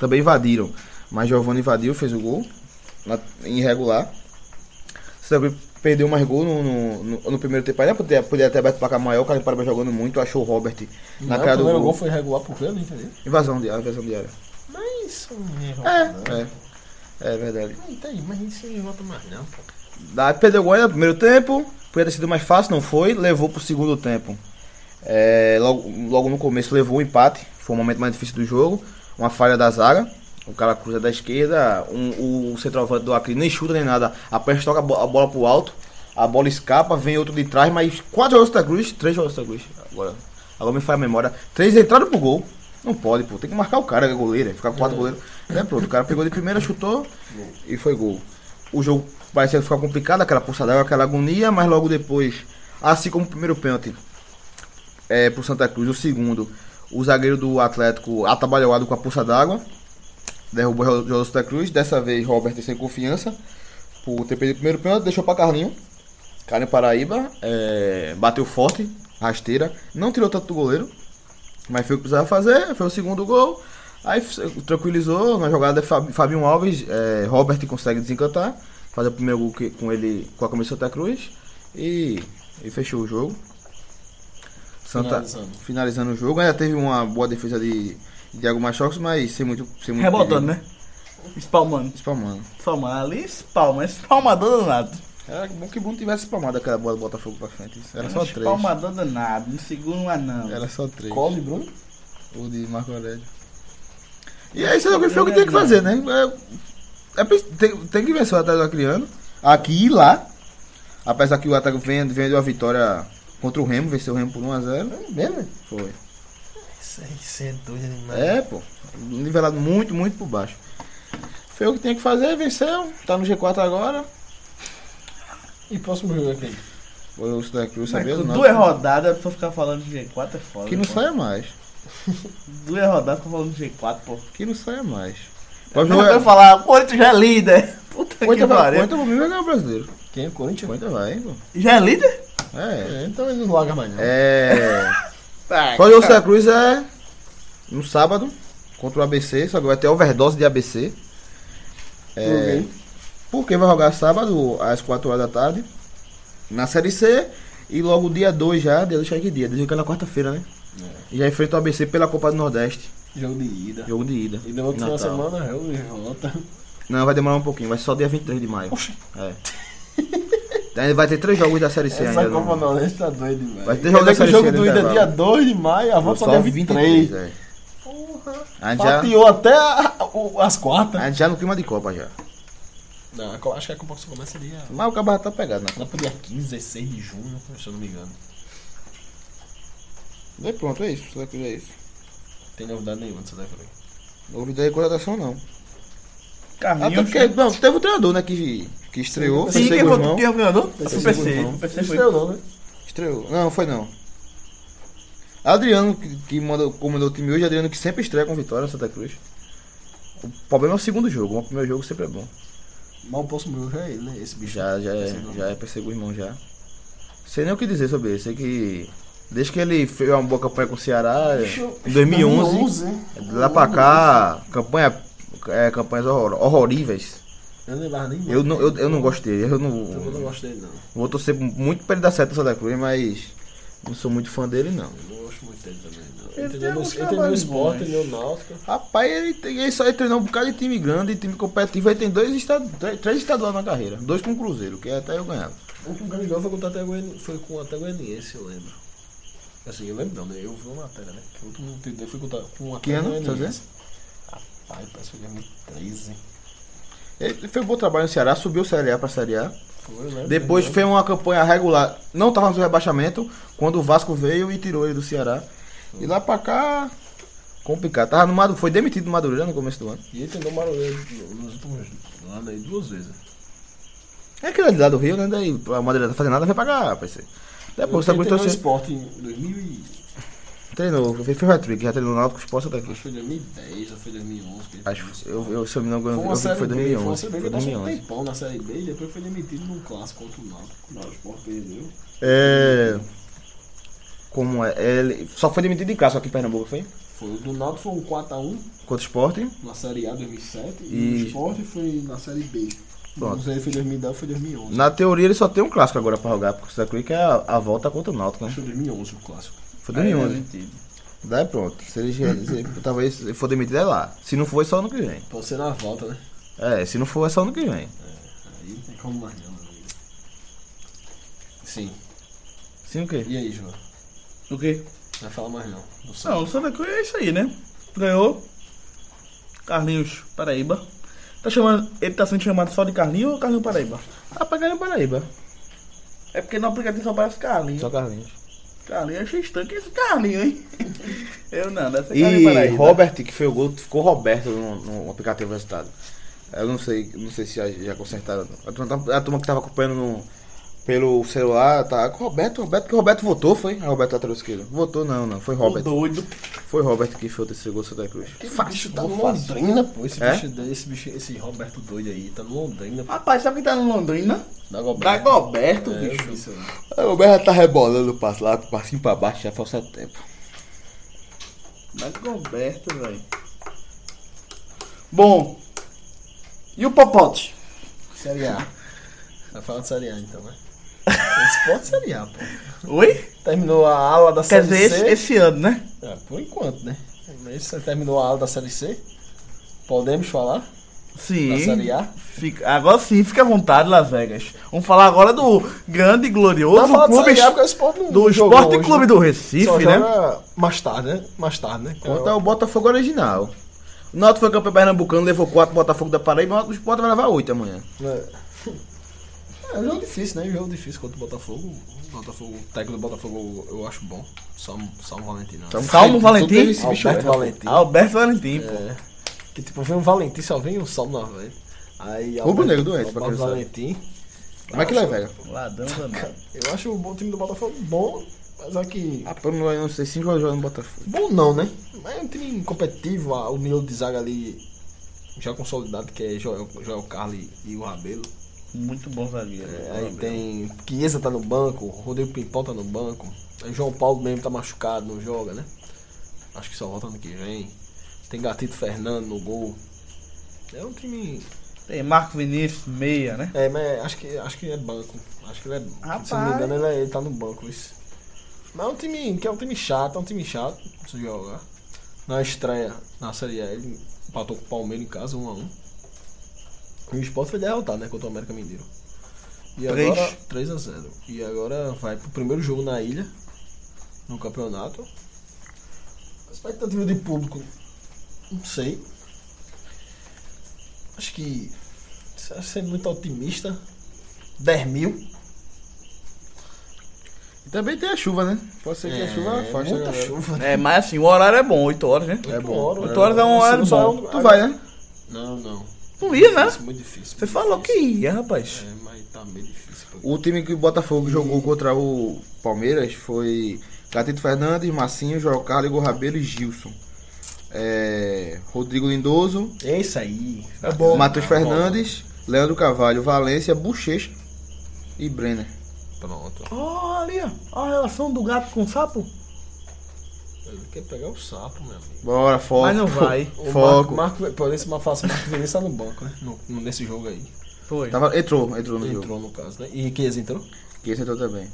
também invadiram, mas Giovanni invadiu, fez o gol na, irregular. Santa Cruz perdeu mais gol no, no, no- no primeiro tempo, ainda podia, podia ter aberto o placar maior, o cara Paraíba jogando muito, achou o Robert na Não, cara o do primeiro gol. gol foi regular pro Cano, entendeu? Invasão de área, invasão de área. Mas isso É, é. É verdade. Entendi, mas isso não volta mais não, pô. Daí perdeu o gol ainda no primeiro tempo, podia ter sido mais fácil, não foi, levou pro segundo tempo. É, logo, logo no começo levou o empate, foi o momento mais difícil do jogo, uma falha da zaga, o cara cruza da esquerda, um- o centroavante do Acre nem chuta nem nada, apenas toca a, bo- a bola pro alto, a bola escapa, vem outro de trás, mas quatro jogos da Cruz, três jogos da Cruz, agora, agora me falha a memória, três entraram pro gol, não pode, pô, tem que marcar o cara, que é goleiro, ficar com quatro goleiros, né, pronto, o cara pegou de primeira, chutou e foi gol. O jogo parecia ficar complicado, aquela pulsada, aquela agonia, mas logo depois, assim como o primeiro pênalti, é, pro Santa Cruz. O segundo, o zagueiro do Atlético atabalhoado com a pulsa d'água. Derrubou o jogador do Santa Cruz. Dessa vez, Robert sem confiança. Por ter perdido o primeiro pênalti, deixou pra Carlinho. Carlinho Paraíba é, bateu forte, rasteira. Não tirou tanto do goleiro. Mas foi o que precisava fazer. Foi o segundo gol. Aí f- tranquilizou, na jogada Fab- Fabinho Alves, é, Robert consegue desencantar, fazer o primeiro gol que- com ele com a camisa Santa Cruz e, e fechou o jogo. Santa, Finalizando. finalizando. o jogo, ainda teve uma boa defesa de Diago Machocos, mas sem muito. Sem muito Rebotando, perigo. né? Espalmando. Espalmando. Espalmando ali, espalma. Espalmador danado. Era bom que Bruno tivesse espalmado aquela bola do Botafogo pra frente. Era É só três. É, Espalmador danado. Não segura um anão. Era só três. Qual de Bruno? O de Marco Aurélio. E é aí você foi o que tem que fazer, né? É- é pres- tem, tem que vencer o Atlético Acreano. Aqui e lá. Apesar que o Atlético vem, vem de uma vitória contra o Remo, venceu o Remo por 1x0. É Mesmo? né? Foi. Isso aí, você é doido demais. É, pô. Nivelado muito, muito por baixo. Foi o que tem que fazer, venceu. Tá no G4 agora. E próximo jogo é quem? Foi o Santa Mas Cruz, sabia? É, com Não. Duas rodadas, a pessoa ficar falando de G4 é foda. Que não pô. saia mais. Duas rodadas, ficar falando de G4, pô. Que não saia mais. O Eu quero falar, pô, tu já é líder. Puta que vai pariu. Quanta vai ganhar o brasileiro. Quem é? Corinthians? Quanta vai, pô. Já é líder? É. É, então ele não larga mais não. É. Tá. Qual jogo Santa Cruz é no sábado contra o ABC, só que vai ter overdose de ABC. É, Tudo bem. porque vai jogar sábado às 4 horas da tarde na Série C e logo dia 2 já, dia deixar que dia, deixa que é na quarta-feira, né? E já enfrenta o ABC pela Copa do Nordeste, Jogo de ida. jogo de ida. E no outro final de Natal. semana, é um jogo de volta. Não, vai demorar um pouquinho, vai ser só dia 23 de maio. É. Ainda vai ter três jogos da Série C Essa ainda. Copa não. Nordeste tá doido demais. Vai ter Quer jogo dizer que da o jogo Série C do no ida é intervalo. dia 2 de maio, a volta Só só dia 23, 23. é. A gente já- Fatiou até a- o- as quartas. a gente já no clima de Copa já. Não, eu acho que a Copa só começa dia. Mas o cabra tá pegado, né? Lá pro dia 15, 16 de junho, se eu não me engano. E pronto, é isso. Santa Cruz é isso. Tem novidade nenhuma né? disso daí pra mim. Não ouvi daí contratação, não. Até Carlinhos. porque, não, teve um treinador, né, que, que estreou. Sim, Sim, quem Guzmão, votou? Quem é o ganhador? Foi o Pensei em PC. Guzmão. O PC Isso foi. eu não, né? Estreou. Não, foi não. Adriano, que, que mandou, comandou o time hoje, Adriano que sempre estreia com vitória no Santa Cruz. O problema é o segundo jogo, o primeiro jogo sempre é bom. Mas o próximo jogo já é ele, né? Esse bicho. Já, já, é, já é perseguir o irmão já. Sei nem o que dizer sobre ele, sei que. Desde que ele fez uma boa campanha com o Ceará, em 2011, é de lá pra cá, campanha, é, campanhas horror, horroríveis. Eu não lembrava nem. Eu não, eu, eu não gosto dele, eu não. Eu não gosto dele, não. Eu Vou torcer muito pra ele dar certo no Santa Cruz, mas não sou muito fã dele, não. não gosto muito dele também, não. Ele Ele tem treinou alguns ele treinou o trabalhos Sport, bons. treinou o Náutico. Rapaz, ele, tem, ele só ele treinou um bocado de time grande, time competitivo. Ele tem dois estadu, três, três estaduais na carreira. Dois com o Cruzeiro, que até eu ganhava. O que o Gabigol foi com o Ataguen- foi com o Ataguaniense, eu lembro. Assim, eu lembro não, né? Eu vi uma matéria, né? Que o último TD foi com o Ta- com o Que ano, Ataguaniense. tá vendo? Rapaz, parece que foi 2013. Ele fez um bom trabalho no Ceará, subiu o Série A pra Série A. Foi, né? Depois Perdeu. fez uma campanha regular. Não tava no rebaixamento, quando o Vasco veio e tirou ele do Ceará. E lá pra cá, complicado. Tava no Madu, foi demitido do Madureira no começo do ano. E ele tentou Maroeiro nos últimos anos aí duas vezes. É aquele ali lá do Rio, né? Daí a Madureira tá fazendo nada, vai pagar, parceiro. Depois, ele sabe treinou o o que Sport em 2000 e... Treinou, fez o hat-trick, já treinou o Náutico, exposta daqui. Acho que foi 2010 ou foi 2011. que ele Acho treinou. que eu, eu, se eu não me engano, Foi eu uma vi que série foi B, foi uma 2011. série B, Foi ele passou um 2011. tempão na série B e depois foi demitido num clássico contra o Náutico. Não, o Sport perdeu. É. Como é? Ele só foi demitido em casa aqui em Pernambuco, foi? Foi, o do Náutico foi um 4x1 Contra o Sporting. na Série A 2007 e, E- o Sport foi na Série B. Pronto. Não sei, foi 2010 foi 2011. Na teoria, ele só tem um clássico agora pra jogar, porque o Santa Cruz que é a, a volta contra o Náutico, né? Acho que foi 2011 o clássico. Foi Aí, 2011. demitido. Daí é pronto. Se ele, se, talvez se for demitido é lá. Se não for, é só ano que vem. Pode ser na volta, né? É, se não for, é só ano que vem. Aí não tem como mais não, meu amigo. Sim. Sim, o quê? E aí, João? Não O quê? vai falar mais não. Não sei. Não, o Santa Cruz é isso aí, né? Ganhou. Carlinhos Paraíba. Tá chamando, ele tá sendo chamado só de Carlinhos ou Carlinhos Paraíba? Ah, pra ganhar o Paraíba. É porque no aplicativo só aparece Carlinhos. Só Carlinhos. Carlinhos, achei estranho. Quem é esse Carlinhos, hein? Eu não, deve ser Carlinhos E Paraíba. Robert, que foi o gol, ficou Roberto no, no aplicativo resultado. Eu não sei, não sei se já, já consertaram. A turma, tava- a turma que tava acompanhando no- pelo celular, tá. com Roberto, Roberto, que Roberto votou, foi? Ah, Roberto lateral esquerdo. Votou não, não. Foi Tô Robert. doido. Foi Robert que foi o terceiro gol do Santa Cruz. Aquele Fácil, bicho tá gol no fácil. Londrina, pô. Esse É? bicho, esse bicho, esse Roberto doido aí, tá no Londrina. pô. Rapaz, sabe quem tá no Londrina? Dagoberto. Dagoberto, É, eu vi bicho. isso aí. Aí O Roberto tá rebolando o passo lá, o passinho pra baixo, já falta tempo. Dagoberto, velho. Bom. E o Popote? Série A. Vai falar de Série A então, né? Esporte Série A, pô. Oi? Terminou a ala da Quer Série dizer, esse, C. esse ano, né? É, por enquanto, né? Mas Você terminou a ala da Série C. Podemos falar? Da Sim. Série A? Fica- agora sim, fica à vontade, Las Vegas. Vamos falar agora do grande e glorioso Vamos falar Tá de clube Série A porque o Sport não do jogou Esporte hoje, Clube né? do Só Recife, né? joga mais tarde, né? Mais tarde, né? Conta o Botafogo original. O Náutico foi campeão pernambucano, levou 4 Botafogo da Paraíba, o Sport vai levar 8 amanhã. É. É um jogo difícil, né? Um jogo difícil contra o Botafogo. O Botafogo, o técnico do Botafogo eu acho bom. Salmo, Salmo Valentino. Então, Salmo tu Valentim? teve esse bicho, Alberto é. Valentim. Alberto Valentim, pô. É. Que tipo, vem um Valentim, só vem um Salmo na vez. Aí Rubro Alberto- Negro doente, pra Alberto quem sabe. Valentim. Como é que leva, velho? Ladrão danado. Eu acho o bom- o time do Botafogo bom, mas é que. A Pâmela, eu não sei, 5 jogos no Botafogo. Bom não, né? Mas é um time competitivo, a- o nível de zaga ali já consolidado, que é Joel, Joel Carli e o Rabelo. Muito bom zagueiro. É, aí tem. Chiesa tá no banco, Rodrigo Pimpão tá no banco. Aí João Paulo mesmo tá machucado, não joga, né? Acho que só volta ano que vem. Tem Gatito Fernando no gol. É um time. Tem Marco Vinícius, meia, né? É, mas acho que, acho que é banco. Acho que ele é. Se não me Rapaz. engano, ele, é- ele tá no banco. Isso. Mas é um time que é um time chato, é um time chato de se jogar. Na estreia na Série A, ele empatou com o Palmeiras em casa, 1x1. E o Sport foi derrotado, né? Contra o América Mineiro. E Três. agora. 3x0. E agora vai pro primeiro jogo na ilha, no campeonato. A expectativa de público, não sei. Acho que. Sendo muito otimista, 10 mil. E também tem a chuva, né? Pode ser que a chuva afaste. né, a muita galera. chuva. É, mas assim, o horário é bom, 8 horas, né? É bom. Oito horas é um horário bom. Tu vai, né? Não, não. Não ia, né? Isso é muito difícil. Você muito falou que difícil. ia, rapaz. É, mas tá meio difícil. pra- O time que o Botafogo jogou contra o Palmeiras foi Gatito Fernandes, Massinho, João Carlos, Igor Rabelo e Gilson. É, Rodrigo Lindoso, É isso aí. É bom. Matheus tá Fernandes, Leandro Carvalho, Valência, Bochecha e Brenner. Pronto. Olha, olha a relação do gato com o sapo. Ele quer pegar o sapo, meu amigo. Bora, foco. Mas não vai. O Foco. Marco, Marco, por isso, uma face, Marco Vinícius tá no banco, né? No, no- nesse jogo aí. Foi. Tava- entrou, entrou no jogo. Entrou, no caso, né? E Chiesa entrou? Chiesa entrou também.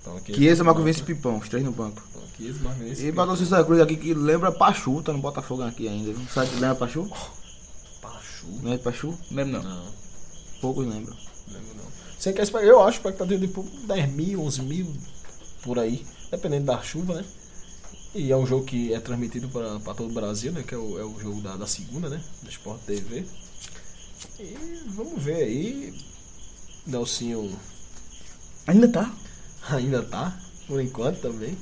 Então, Chiesa, Marco Vinicius e Pipão, os três no banco. Chiesa, Então, Marco Vinícius. E bateu o César Cruz aqui que lembra Pachu, tá no Botafogo aqui ainda. viu? Sabe que lembra Pachu? Pachu. Lembra Pachu? Lembro não. Não, Poucos lembram. lembro não. Você quer esperar? Eu acho que expectativa de público 10 mil, 11 mil, por aí. Dependendo da chuva, né? E é um jogo que é transmitido pra, pra todo o Brasil, né? Que é o, é o jogo da, da segunda, né? Do Sport TV. E vamos ver aí. Nelsinho Ainda tá? Ainda tá, por enquanto também.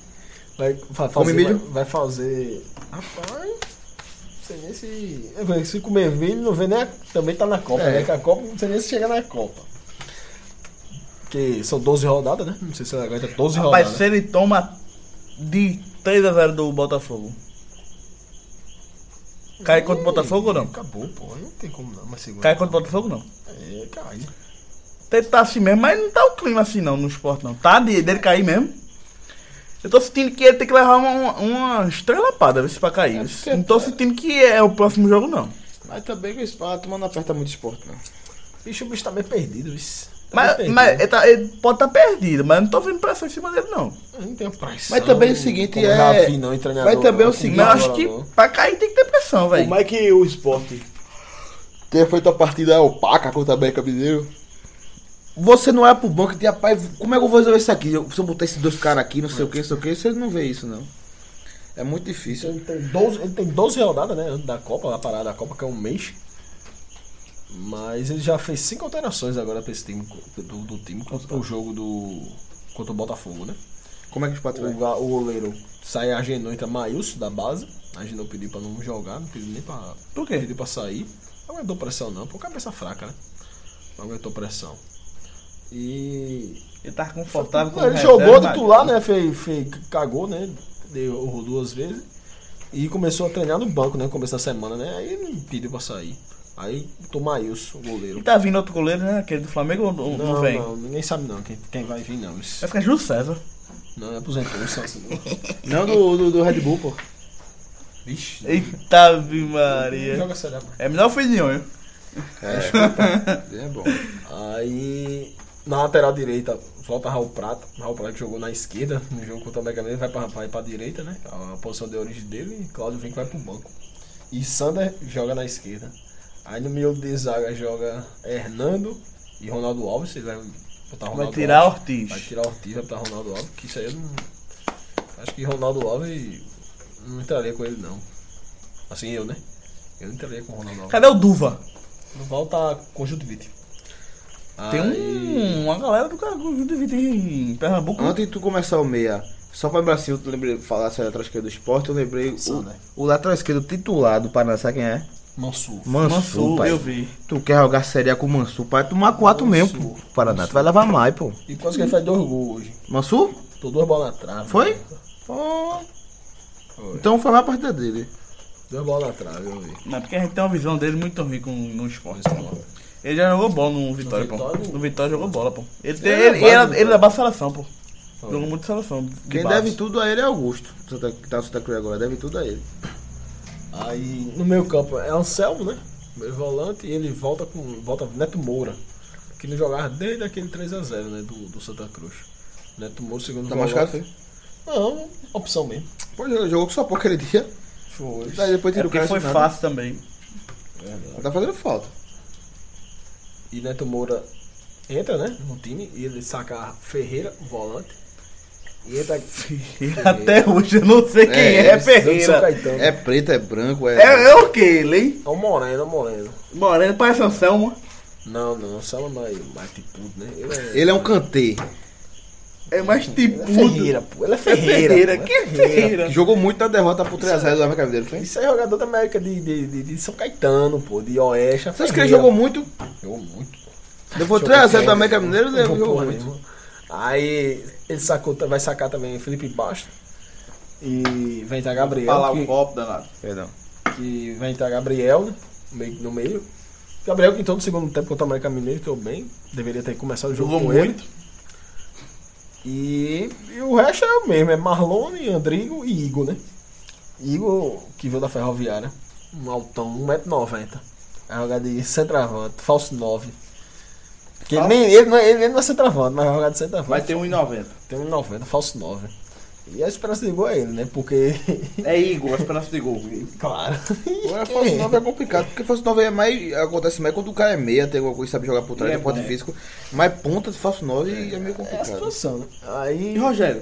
Vai, vai fazer. Come milho? Vai, vai fazer. Rapaz, não sei nem se. eu falei, Se comer milho, não vê nem. a- também tá na Copa, É. né? Que a Copa, não sei nem se chega na Copa. Porque são 12 rodadas, né? Não sei se ela aguenta 12 Rapaz, rodadas. se ele toma de 3x0 do Botafogo. Cai contra o é Botafogo ou não? Acabou, pô. Aí Não tem como não, mas segura. Cai contra o Botafogo não. É, cai. Ele tá assim mesmo, mas não tá o clima assim não no esporte não. Tá de, dele cair mesmo. Eu tô sentindo que ele tem que levar uma, uma estrelapada vê se pra cair. porque- não tô sentindo que é o próximo jogo não. Mas também que o Sport, a turma não aperta muito esporte, não. Bicho, o bicho tá meio perdido, bicho. Tá meio Mas, perdido. mas ele, tá- ele pode estar perdido, mas não tô vendo pressão em cima dele não. Eu Não tem pressão. Mas também é o seguinte, como é- Rafinha, não, e treinador, mas também é não, o seguinte, Mas eu acho jogador. que pra cair tem que ter pressão, velho. Como é que o esporte. Ter feito a partida opaca contra a Beca Mineiro. Você não olha pro banco e diz, rapaz, como é que eu vou resolver isso aqui? Eu- Se eu botar esses dois caras aqui, não sei o que, não sei o que, você não vê isso, não. É muito difícil. Ele tem 12, ele tem 12 rodadas, né? Antes da Copa, da parada da Copa, que é um mês. Mas ele já fez cinco alterações agora pra esse time co- do, do time contra o jogo do. contra o Botafogo, né? Como é que o Sport O, vai? ga- o goleiro sai a Genoa entra Maílson da base. A Genoa pediu pra não jogar, não pediu nem pra. Por quê? Pediu pra sair. Não aguentou pressão não, pô, cabeça fraca, né? Não aguentou pressão. E Ele tava confortável com não, ele o jogou reserva, titular, né? Fei, fei, cagou, né? Deu errou duas vezes. E começou a treinar no banco, né? No começo da semana, né? Aí não pediu pra sair. Aí tomou Ilson, o E goleiro. tá vindo outro goleiro, né? Aquele do Flamengo ou não, não vem? É Vai não, ninguém sabe não quem, quem vai vir, não. Isso, ficar Júlio César. não é aposentou, isso é assim, não. Não do, do, do Red Bull, pô. Vixe. Eita, vi Maria. Joga sério agora. É melhor o Fidinho, hein? É, é bom. Aí, na lateral direita, volta Raul Prata. Raul Prata que jogou na esquerda no jogo contra o Mega Man, vai pra, vai pra direita, né? A posição de origem dele. E Cláudio Vinck vai pro banco. E Sander joga na esquerda. Aí no meio de zaga joga Hernando e Ronaldo Alves. Ele vai botar Ronaldo Vai tirar Alves. Ortiz. Vai tirar Ortiz, vai botar Ronaldo Alves. Que isso aí eu não. Acho que Ronaldo Alves. Não entraria com ele, não. Assim eu, né? Eu não entraria com o Ronaldo Alves. Cadê o Duva? Não volta conjuntivite. Tem um, uma galera do cara do Vitor em Pernambuco. Ah, Antes de tu começar o meia, só pra lembrar assim, eu lembrei, falar sobre a lateral esquerda do esporte, eu lembrei Sander. o, o lateral esquerdo titular do Paraná, sabe quem é? Mansur. Mansur, pai. eu vi. Tu quer jogar Série A com o Mansur, pai, tomar quatro Mansur. mesmo, pô. Paraná, tu vai levar mais, pô. E quase que ele faz dois gols hoje. Mansur? Tô duas bolas na trave. né? Foi? velho. Pô. Então foi mais a partida dele. Duas bolas na trave, eu vi. Mas porque a gente tem uma visão dele muito ruim com, no esporte. Mas, pô, Ele já jogou bola no Vitória, pô. Vitória? No Vitória jogou bola, pô. Ele, tem, Ele ele, é ele, base, era- né, Tá. ele cara? é base seleção, pô. Jogou muito seleção. de Quem base. deve tudo a ele é Augusto, Santa- que tá no Santa Cruz agora, deve tudo a ele. Aí no meio campo é Anselmo, né? Meio volante e ele volta com. volta Neto Moura. Que não jogava desde aquele 3x0, né? Do, do Santa Cruz. Neto Moura, segundo Tá volante. machucado, foi? Não, opção mesmo. Pô, ele é, jogou com só pouco aquele dia. Foi. Daí depois É tira o porque cara. foi assim, nada. fácil também. Tá fazendo falta. E Neto Moura entra, né? No time e ele saca Ferreira, volante. E entra. Até hoje eu não sei quem é, é, São Ferreira. Caetano. É preto, é branco, é. É, é o que ele, hein? É o Moreno, é o Moreno. Moreno parece Anselmo. Não, não, Salma mais, mais atitude, né? Ele é, Ele é um cantê. É mais tipo. é Ferreira, pô. Ele é Ferreira. pô. Que é Ferreira? Que jogou muito na derrota pro 3x0 do América Mineiro, foi? Isso é jogador da América de, de, de, de São Caetano, pô, de Oeste. Você acha que ele jogou muito? é Jogou muito. pô. Levou Jogou 3x0 do bem. América Mineiro, ele Jogou jogou porra muito. nenhuma. Aí ele sacou, vai sacar também Felipe Basto. E vai entrar Gabriel. Falar que- o copo danado. Perdão. que vai entrar Gabriel né, no meio- no meio. Gabriel que entrou no segundo tempo contra o América Mineiro, entrou bem. Deveria ter começado o jogo Jogou com muito. ele. E, e o resto é o mesmo, é Marlone, Andrigo e Igor, né? Igor, que veio da Ferroviária, um altão, 1,90m. Vai jogar É de centroavante, falso 9. Porque ele, nem, ele, não é, ele não é centroavante, mas vai jogar de centroavante. Vai ter 1,90. Tem 1,90m, falso 9. E a esperança de gol é ele, né? Porque, É Igor, a esperança de gol. claro... Agora, Falso 9 é complicado, porque Falso 9 é mais. Acontece mais quando o cara é meia, tem alguma coisa que sabe jogar por trás, E é tem porte bom. físico. Mas ponta de Falso 9 é meio É a complicado. situação, né? Aí. E Rogério?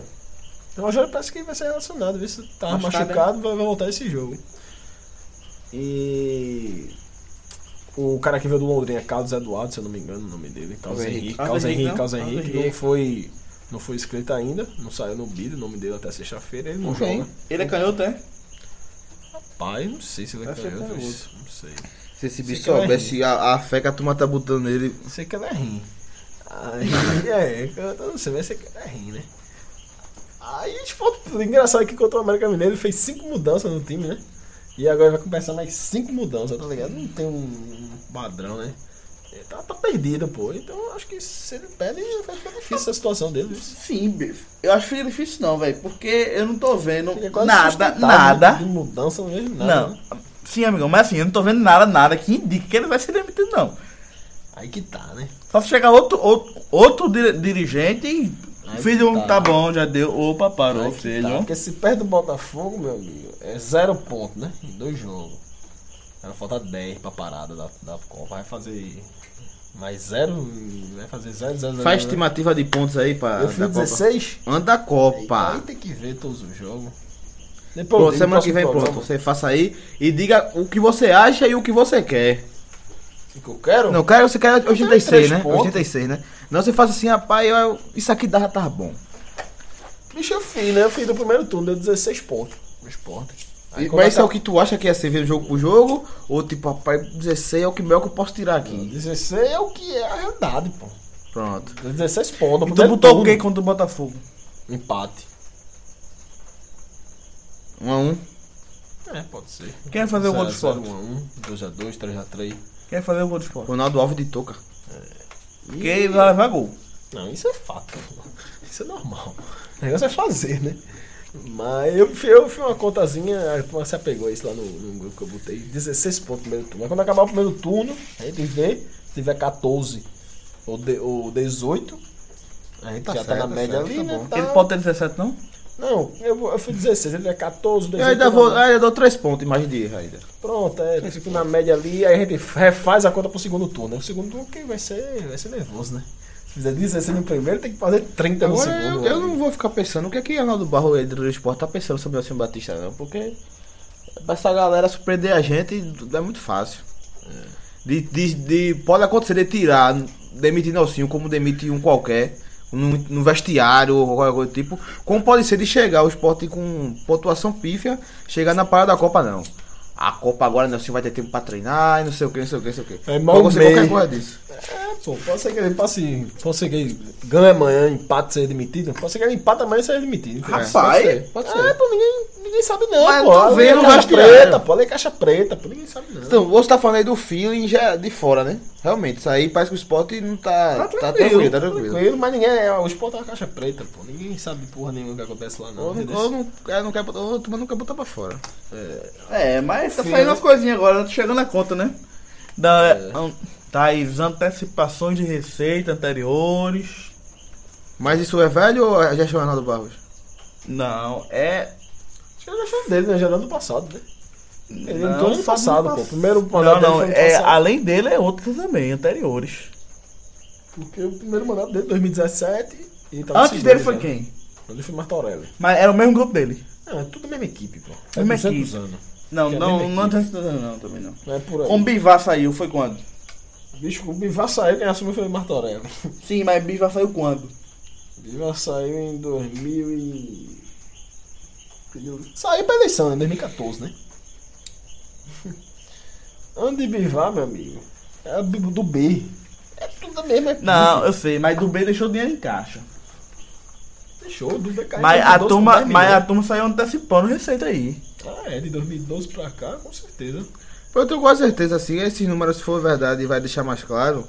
O Rogério parece que vai ser relacionado, viu? Se tá Machucado, machucado, vai, vai voltar esse jogo. E. O cara que veio do Londrina, Carlos Eduardo, se eu não me engano o nome dele. Carlos Carlos Henrique. Henrique. Carlos Carlos Henrique, Henrique, Carlos não? Carlos Henrique. Henrique. Ele foi. Não foi escrito ainda, não saiu no bid, o nome dele até sexta-feira, ele não Ok. joga. Ele é canhoto, é? Pai, não sei se ele é Acho que canhoto, é isso, não sei. Se esse bicho Você quer soubesse a, a fé que a turma tá botando nele. Você quer dar rim. Aí, é, eu não sei, mas você quer dar rim, né? Aí, tipo, o engraçado é que contra o América Mineiro ele fez cinco mudanças no time, né? E agora vai começar mais cinco mudanças, tá ligado? Não tem um, um padrão, né? Ele Tá, tá perdido, pô. Então eu acho que se ele perde, vai ficar difícil a situação dele. viu? Sim, bicho. eu acho que é difícil não, velho. Porque eu não tô vendo Ele é quase nada, insustentável, nada. De mudança, não vejo nada. Não. né? Sim, amigão, mas assim, eu não tô vendo nada, nada que indique que ele vai ser demitido, não. Aí que tá, né? Só se chegar outro, outro, outro dir- dirigente e. Aí Fiz que um tá. tá bom, já deu. Opa, parou, Aí ou que seja. tá, Porque se perde o Botafogo, meu amigo, é zero ponto, né? Em dois jogos. Era falta 10 pra parada da, da Copa. Vai fazer mais zero. Vai fazer zero, zero, zero. Faz zero. estimativa de pontos aí pra. Eu fui da Copa. 16. Anda a Aí Copa. tem que ver todos os jogos. Depois eu Pronto, digo, semana que próximo vem pronto. programa. Você faça aí e diga o que você acha e o que você quer. O que eu quero? Não, cara, você quer três 86, né? pontos. 86, né? Não, você faz assim, rapaz, eu- isso aqui dava tá bom. Bicho, eu fiz, né? Eu fiz do primeiro turno, deu 16 pontos. Os pontos. E- quando mas isso é o acaba- que tu acha que ia ser ver jogo por jogo? Ou tipo, rapaz, 16 é o que melhor que eu posso tirar aqui. 16 é o que é a realidade, pô. Pronto. Deu 16 pontos. Então E tu primeiro botou turno. o que contra o Botafogo? Empate. 1 a 1 É, pode ser. Quem vai fazer o gol do esporte? 1x1, 2x2, 3x3. Quem vai fazer o gol do esporte? Ronaldo Alves de Toca. Porque ele vai levar gol. Não, isso é fato. Isso é normal. O negócio é fazer, né? Mas eu, fi- eu fiz uma contazinha, a turma se apegou a isso lá no, no grupo que eu botei. 16 pontos no primeiro turno. Mas quando acabar o primeiro turno, a gente vê, se tiver 14 ou, de- ou 18, a gente já tá certo, na tá média certo, ali, tá né? bom. Tá- Ele pode ter 17, não? Não, eu, vou- eu fui 16, ele é 14, 18. Eu ainda vou. tá na- Ah, eu dou três pontos, imagem de erro ainda. Pronto, é, fico na média ali, aí a gente refaz a conta pro segundo turno. né? O segundo turno que vai ser, vai ser nervoso, né? Se fizer 16 no primeiro, tem que fazer 30 no Agora, segundo. né? eu, eu não vou ficar pensando o que é que Arnaldo Barro e do Esporte tá pensando sobre o Nelson Batista, não, porque pra essa galera surpreender a gente é muito fácil. De, de- de- pode acontecer de tirar, demitir Nelsinho como demite um qualquer, no, no vestiário ou qualquer coisa do tipo, como pode ser de chegar o esporte com pontuação pífia, chegar na parada da Copa, não. A Copa agora Nelsinho vai ter tempo pra treinar e não sei o que, não sei o que, não sei o que. É mal pode acontecer meio. qualquer coisa disso. É, pô, pode ser que ele passe. Pode ser que ele ganhe amanhã, empate seja demitido. Pode ser que ele empate amanhã e seja demitido. entendeu? Rapaz! Pode ser, pode ser. É, pô, ninguém, ninguém sabe não, Mas pô. tô Ali vendo é o caixa vestiário. preta, pô. Ali é caixa preta, pô. Ninguém sabe não. Então, você tá falando aí do feeling já de fora, né? Realmente, isso aí parece que o esporte não tá. Tá tranquilo, tá tranquilo. tá tranquilo, mas ninguém. é, O esporte é uma caixa preta, pô. Ninguém sabe porra nenhuma o que acontece lá, não. Ou não, entendeu? ou não, é, não quer botar, ou a turma não quer botar pra fora. É, mas tá Sim, saindo né? as coisinhas agora, tá chegando a conta, né? Da, an- Tá aí, as antecipações de receita anteriores. Mas isso é velho ou é- já chama Arnaldo Barros? Não, é. Acho que eu gostei dele, né? Já do ano passado, né? Ele Não, entrou só ano do passado, ano pô. pass- Primeiro Não, mandato não, dele foi ano é, passado. além dele é outro também, anteriores. Porque o primeiro mandato dele, 2017. E tava Antes segundo dele né? foi já. quem? Ele foi Martorelli. Mas era o mesmo grupo dele. Não, é tudo a mesma equipe, pô. É Mesma 200 equipe. anos. Não, Que é a não, mesma não, tem certeza não, também não. Não é por aí. Como Bivá saiu, foi quando? Bicho, o Bivar saiu, quem assumiu foi o Martorelli. Sim, mas Bivá saiu quando? O Bivar saiu em 2000 e... Saiu pra eleição, né? 2014, né? Ano de Bivar, meu amigo, é do do B. É tudo a mesma equipe. Não, eu sei, mas do B deixou o dinheiro em caixa. Fechou, do BK. Mas a, turma, mas a Ah, turma saiu antecipando receita aí. é, de 2012 pra cá, com certeza. Eu tenho quase certeza, assim, esses números, se for verdade, vai deixar mais claro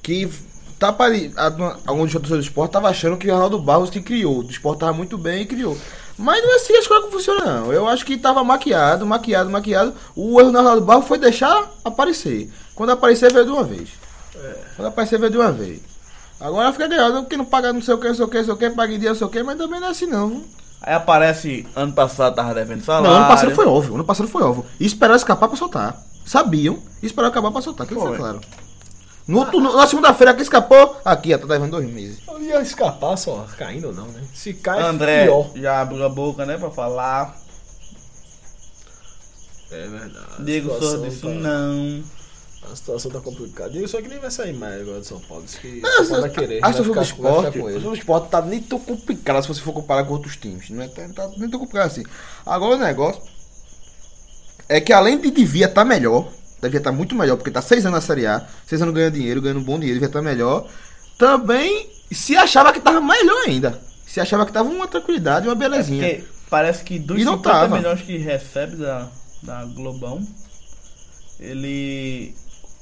que tá pare... a turma- alguns torcedores do esporte tava achando que o Arnaldo Barros que criou. O esporte tava muito bem e criou. Mas não é assim as coisas que funcionam, não. Eu acho que tava maquiado, maquiado, maquiado. O erro do Arnaldo Barros foi deixar aparecer. Quando aparecer, veio de uma vez. Quando aparecer, veio de uma vez. Agora fica ganhando, que não paga não sei o que, não sei o que, não sei o que, paga em dia, não sei o que, mas também não é assim não. viu? Aí aparece, ano passado tava devendo salário. Não, ano passado foi óbvio, ano passado foi óbvio. E esperaram escapar pra soltar. Sabiam, e esperaram acabar pra soltar, que foi Foi. claro. No outro- no- na segunda-feira que escapou, aqui, ó, tá devendo dois meses. Eu ia escapar só, caindo ou não, né? Se cai, André pior. já abriu a boca, né, pra falar. É verdade. Diego A Souza situação disse tá- não. É A situação tá complicada. Diego só que nem vai sair mais agora de São Paulo. Diz que Ah, São Paulo vai querer. A vai situação do ficar- vai ficar esporte, com a ele. situação do esporte tá nem tão complicada se você for comparar com outros times. Não é tão- tá nem tão complicada assim. Agora o negócio é que além de devia estar melhor, devia estar muito melhor, porque tá seis anos na Série A, seis anos ganhando dinheiro, ganhando um bom dinheiro, devia estar melhor. Também se achava que tava melhor ainda. Se achava que tava uma tranquilidade, uma belezinha. Porque parece que dos E não 50 tava. milhões que recebe da, da Globão, ele.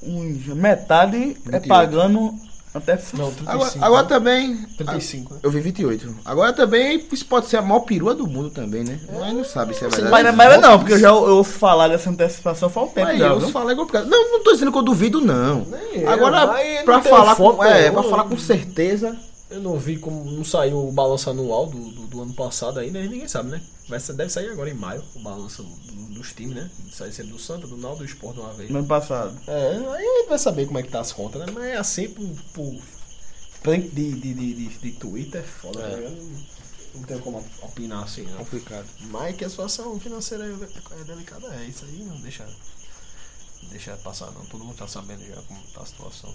uns- metade é 28. pagando até. Não, 35. Agora, né? agora também. a- 35, né? Eu vi 28. Agora também isso pode ser a maior perua do mundo também, né? Mas não sabe se é verdade. mas, mas não, porque eu já ou- eu ouço falar dessa antecipação faz um tempo Mas já, eu viu? falo é complicado. Não, não tô dizendo que eu duvido, não. Nem eu, Agora, mas não pra tem né? falar, foto com, é, nenhuma. pra falar com certeza. Eu não vi como não saiu o balanço anual do, do, do ano passado ainda, e ninguém sabe, né? Vai, ser- deve sair agora em maio o balanço do- dos times, né? Sai sendo do Santa, do Naldo e do Sport de uma vez. No ano passado. É, aí a gente vai saber como é que tá as contas, né? Mas é assim pro, pro tanque de, de, de, de, de Twitter, é foda, né? Eu não- Não tem como opinar assim, não. Complicado. Mas que a situação financeira é é delicada, é isso aí, não deixa, não deixa passar não. Todo mundo tá sabendo já como tá a situação.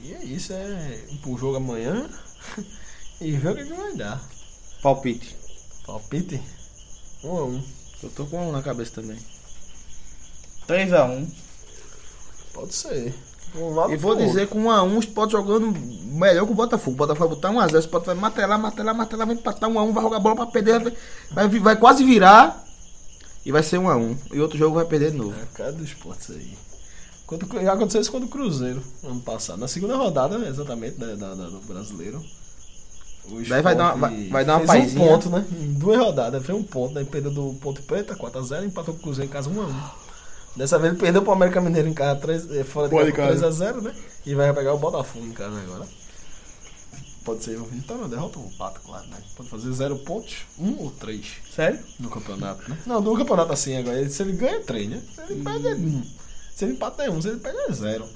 E é isso, é ir pro jogo amanhã e ver o que, que vai dar. Palpite. Palpite? Um a um. Eu tô com um na cabeça também. 3x1. Pode ser. Um lado E vou pro outro. dizer que 1 a 1 o Sport tá jogando melhor que o Botafogo. O Botafogo vai botar 1 a 0 o Sport vai matelar, matelar, matelar, vai empatar 1 a 1 vai jogar bola pra perder, vai- vai, vi- vai quase virar e vai ser 1 a 1 E outro jogo vai perder de novo. É cara do esporte isso aí. Quando, o Cru- já aconteceu né, isso quando o Cruzeiro, ano passado. Na segunda rodada, exatamente, da, da- da- do brasileiro. Daí vai dar uma- vai- vai dar uma fez paizinha. um ponto, né? Em duas rodadas. Fez um ponto, daí perdeu do Ponte Preta, 4x0, empatou com o Cruzeiro em casa 1x1. Dessa vez ele perdeu pro América Mineiro em casa, 3, eh, fora Fora de de casa, casa. 3x0, né? E vai pegar o Botafogo em casa agora. Pode ser, então não derrota o Pato, claro, né? Pode fazer 0 pontos, 1 um ou 3 Sério? no campeonato, né? Não, no campeonato assim agora. ele- Se ele ganha, é 3, né? Se ele perde, é 1. Se ele empata, é 1. Se ele perde, é 0.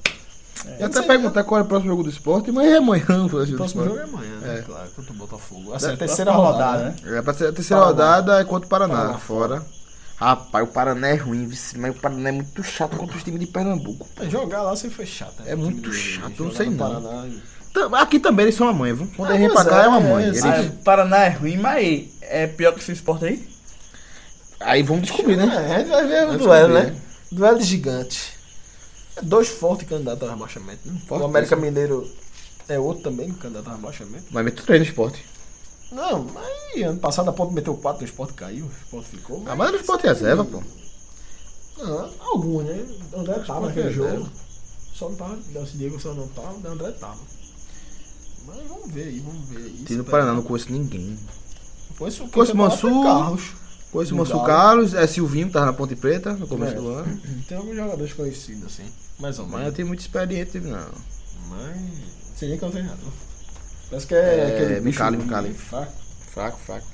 Eu até perguntar qual é o próximo jogo do esporte, mas é amanhã. O O próximo né? próximo do jogo esporte. é amanhã, né? É. Claro, contra o Botafogo. Assim, a Terceira terceira rodada, né? É pra ser a terceira rodada é contra o Paraná. fora. Rapaz, o Paraná é ruim, vice, mas o Paraná é muito chato contra os times de Pernambuco. É, Jogar lá sempre foi chato. né? É O time muito do- chato, jogar não sei no não. Paraná e- Tam- Tá, Aqui também eles são a mãe, viu? Quando Ah, eles vêm pois pra cá é, é uma mãe. é, Eles- Ah, Paraná é ruim, mas é pior que esse esporte aí? Aí vamos descobrir, né? É, a gente vai ver o Vamos duelo, descobrir, né? Duelo de gigante. É dois fortes candidatos ao rebaixamento. né? Forte o América Mineiro é outro também candidato ao rebaixamento. Mas meto treino no esporte. Não, mas ano passado a Ponte meteu 4, o Sport caiu, o Sport ficou. A maioria do esporte é reserva, pô. Ah, algum, né? André tava que naquele é jogo. zero. Só não tava. Nelson Diego só não tava, o André tava. Mas vamos ver aí, vamos ver aí. Time do Paraná, não conheço ninguém. Conheço, Conheço quem foi pra lá foi Mansur. Carlos. Conheço o Do Manso Galo. Carlos, é Silvinho, que tava na Ponte Preta no começo É. do ano. Tem alguns jogadores conhecidos, assim. Mais ou Mas menos. não tem muita experiência, não. Mas. Não sei nem quem é o treinador. Parece que é, É, aquele. bicho Micali, Micali. fraco. Fraco, fraco.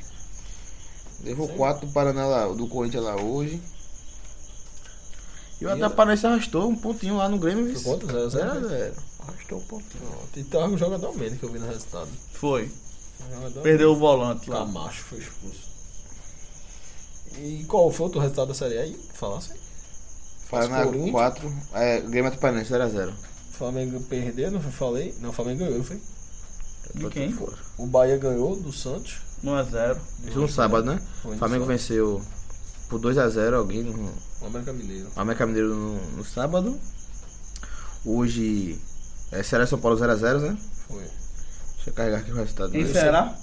Levou 4 do Paraná lá, do Corinthians lá hoje. E o Atapanaense arrastou um pontinho lá no Grêmio. Foi quanto? Zero, zero? Zero, zero. Arrastou um pontinho. Tem tem um jogador a menos que eu vi no resultado. Foi. Um jogador a Perdeu o volante lá. Camacho foi expulso. E qual foi o outro resultado da série aí? assim. Falasse. Paraná Faz Corinthians. 4, é, Grêmio Atapanaense 0x0. Flamengo perdeu, não foi- falei? Não, o Flamengo ganhou, foi? De quem? O Bahia ganhou do Santos. 1x0. Isso no sábado, né? Foi no Flamengo sábado. venceu por 2x0 alguém no O América Mineiro. América Mineiro no, no sábado. Hoje é Ceará e São Paulo 0x0, né? Foi. Deixa eu carregar aqui o resultado. Quem né? será?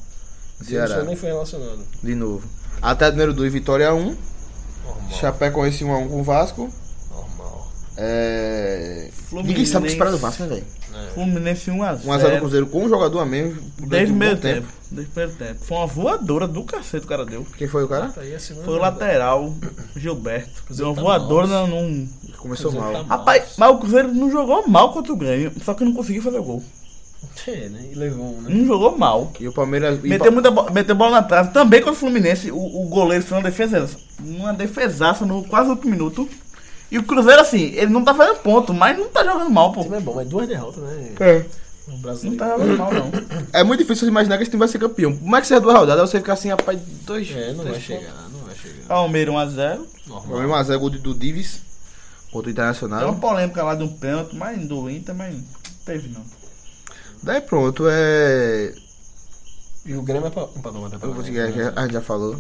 Ceará. Ceará. nem foi relacionado. De novo. Até número 2, Vitória 1. Normal. Chapecoense 1x1 com o Vasco. Normal. É... Fluminense. Ninguém sabe o que esperar do Vasco, né, velho? Fluminense 1x0. 1x0 no Cruzeiro com um jogador a menos. durante Desde o um bom meio tempo. Desde o primeiro tempo. Foi uma voadora do cacete que o cara deu. Quem foi o cara? Tá aí a segunda Foi o rodada. lateral, Gilberto. Deu uma tá voadora na- mal. num. Começou Cruzeiro tá mal. mal. Rapaz, mas o Cruzeiro não jogou mal contra o Grêmio, só que não conseguiu fazer gol. É, né? E levou um, né? Não jogou mal. E o Palmeiras. e o Meteu, muita bo- meteu bola na trave. Também contra o Fluminense, o, o goleiro fez uma defesaça. Uma defesaça no quase último minuto. E o Cruzeiro, assim, ele não tá fazendo ponto, mas não tá jogando mal, pô. O time é bom, mas duas derrotas, né? Pa- É. O Não brasileiro. tá jogando mal, não. É muito difícil você imaginar que esse time vai ser campeão. Como é que você é duas rodadas? Você fica assim, rapaz, dois. É, não vai três chegar, não vai chegar. Palmeiras 1x0. pontos. Foi 1x0 é. gol de- do Divis contra o Tem uma Internacional. polêmica lá de um pênalti, mas do Inter, mas não teve não. Daí pronto, é. E o Grêmio é pra, pra não mandar pra Eu vou é- lá, seguir, né? a gente já falou.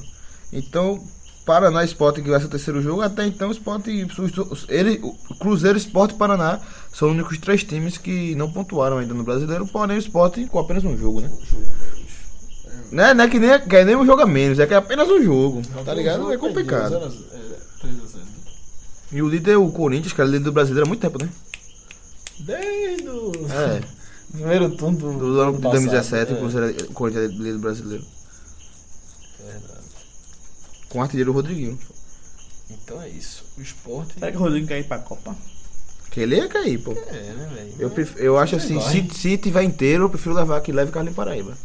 Então, Paraná Esporte que vai ser o terceiro jogo, até então o Sport. Ele, o Cruzeiro Esporte e Paraná são os únicos três times que não pontuaram ainda no brasileiro, porém o Sport com apenas um jogo, né? Né, né, que nem, que é nem um jogo a menos, é que é apenas um jogo, tá ligado? É complicado. é, 3x0. E o líder, o Corinthians, que era líder do brasileiro há muito tempo, né? Desde o É. primeiro turno do, Do ano de passado. 2017, É, o Cruzeiro é- o Corinthians é líder brasileiro. verdade. Com o artilheiro Rodriguinho. Então é isso. O esporte. É. Será que o Rodrigo quer ir pra Copa? Que ele ia cair, pô. É, né, velho? Eu, pref- eu acho assim, vai. se, se tiver inteiro, eu prefiro levar que leve Carlinhos Paraíba.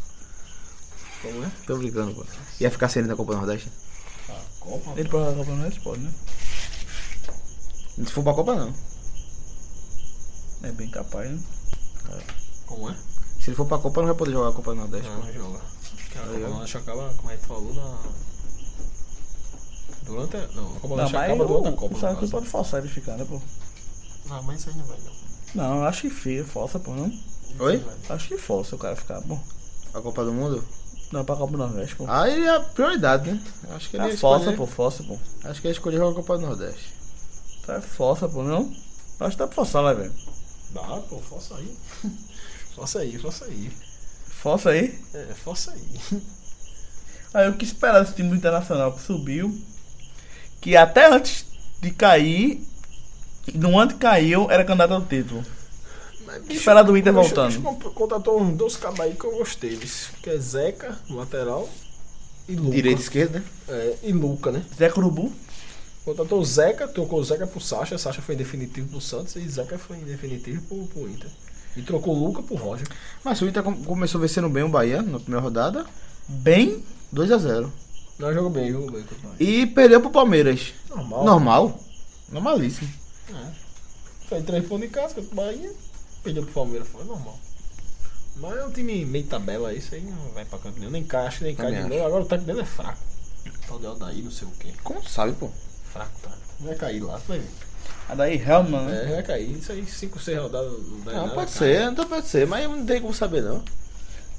Como é? Tô brincando, pô. Ia ficar sem ele na Copa do Nordeste? A Copa. Ele pra Copa não responde, né? Se for pra Copa, não. É bem capaz, né? Como é? Se ele for pra Copa, não vai poder jogar a Copa do Nordeste. Não, não Ah, joga. Porque A Copa ligado? Norte acaba, como a gente falou, na. Durante a. Não, a Copa Não, Norte mas acaba durante a o, Copa. o no Saracuri caso. pode forçar ele ficar, né, pô? Não, mas isso aí não vai, não. Não, eu acho que feia, força, pô, não? pô. Oi? Acho que força o cara ficar, pô. A Copa do Mundo? Não, pra Copa do Nordeste, pô. Aí é a prioridade, né? Acho que ele ia É força, escolher- pô, força, pô. Acho que ele escolheu jogar a Copa do Nordeste. Tá é força, pô, não? Acho que dá pra forçar, né, velho? Dá, pô, força aí. Força aí, força aí. Força aí. É, força aí. Aí o que esperar desse time do internacional que subiu? Que até antes de cair, no ano que caiu, era candidato ao título. Mas, Esperar do Inter bicho, voltando. bicho comp- contratou uns dois cabos aí que eu gostei, bicho. Que é Zeca, lateral, e Luca. Direita e esquerda, né? É, e Luca, né? Zé Curubu. Contratou o Zeca, trocou o Zeca pro Sacha, Sacha foi em definitivo pro Santos e Zeca foi em definitivo pro, pro Inter. E trocou o Luca pro Roger. Mas o Inter com- começou vencendo bem o Bahia na primeira rodada, Bem, 2x0. Não, jogou bem, jogou bem. contra o Bahia. E perdeu pro Palmeiras. Normal. Normal. Normalíssimo. né? Foi três pontos em casa contra o Bahia, perdeu pro Palmeiras, foi normal. Mas é um time meio tabela, isso aí não vai pra canto nenhum, nem caixa, nem cai Também de acho. novo. Agora o técnico dele é fraco. O tal de Aldair, não sei o quê. Como tu sabe, pô? Fraco, tá? Vai cair lá, tu vai ver. a daí Helman, né? É, vai cair. Isso aí, 5, 6 rodadas não dá Não, nada, pode cai. ser, então pode ser, mas não tem como saber, não.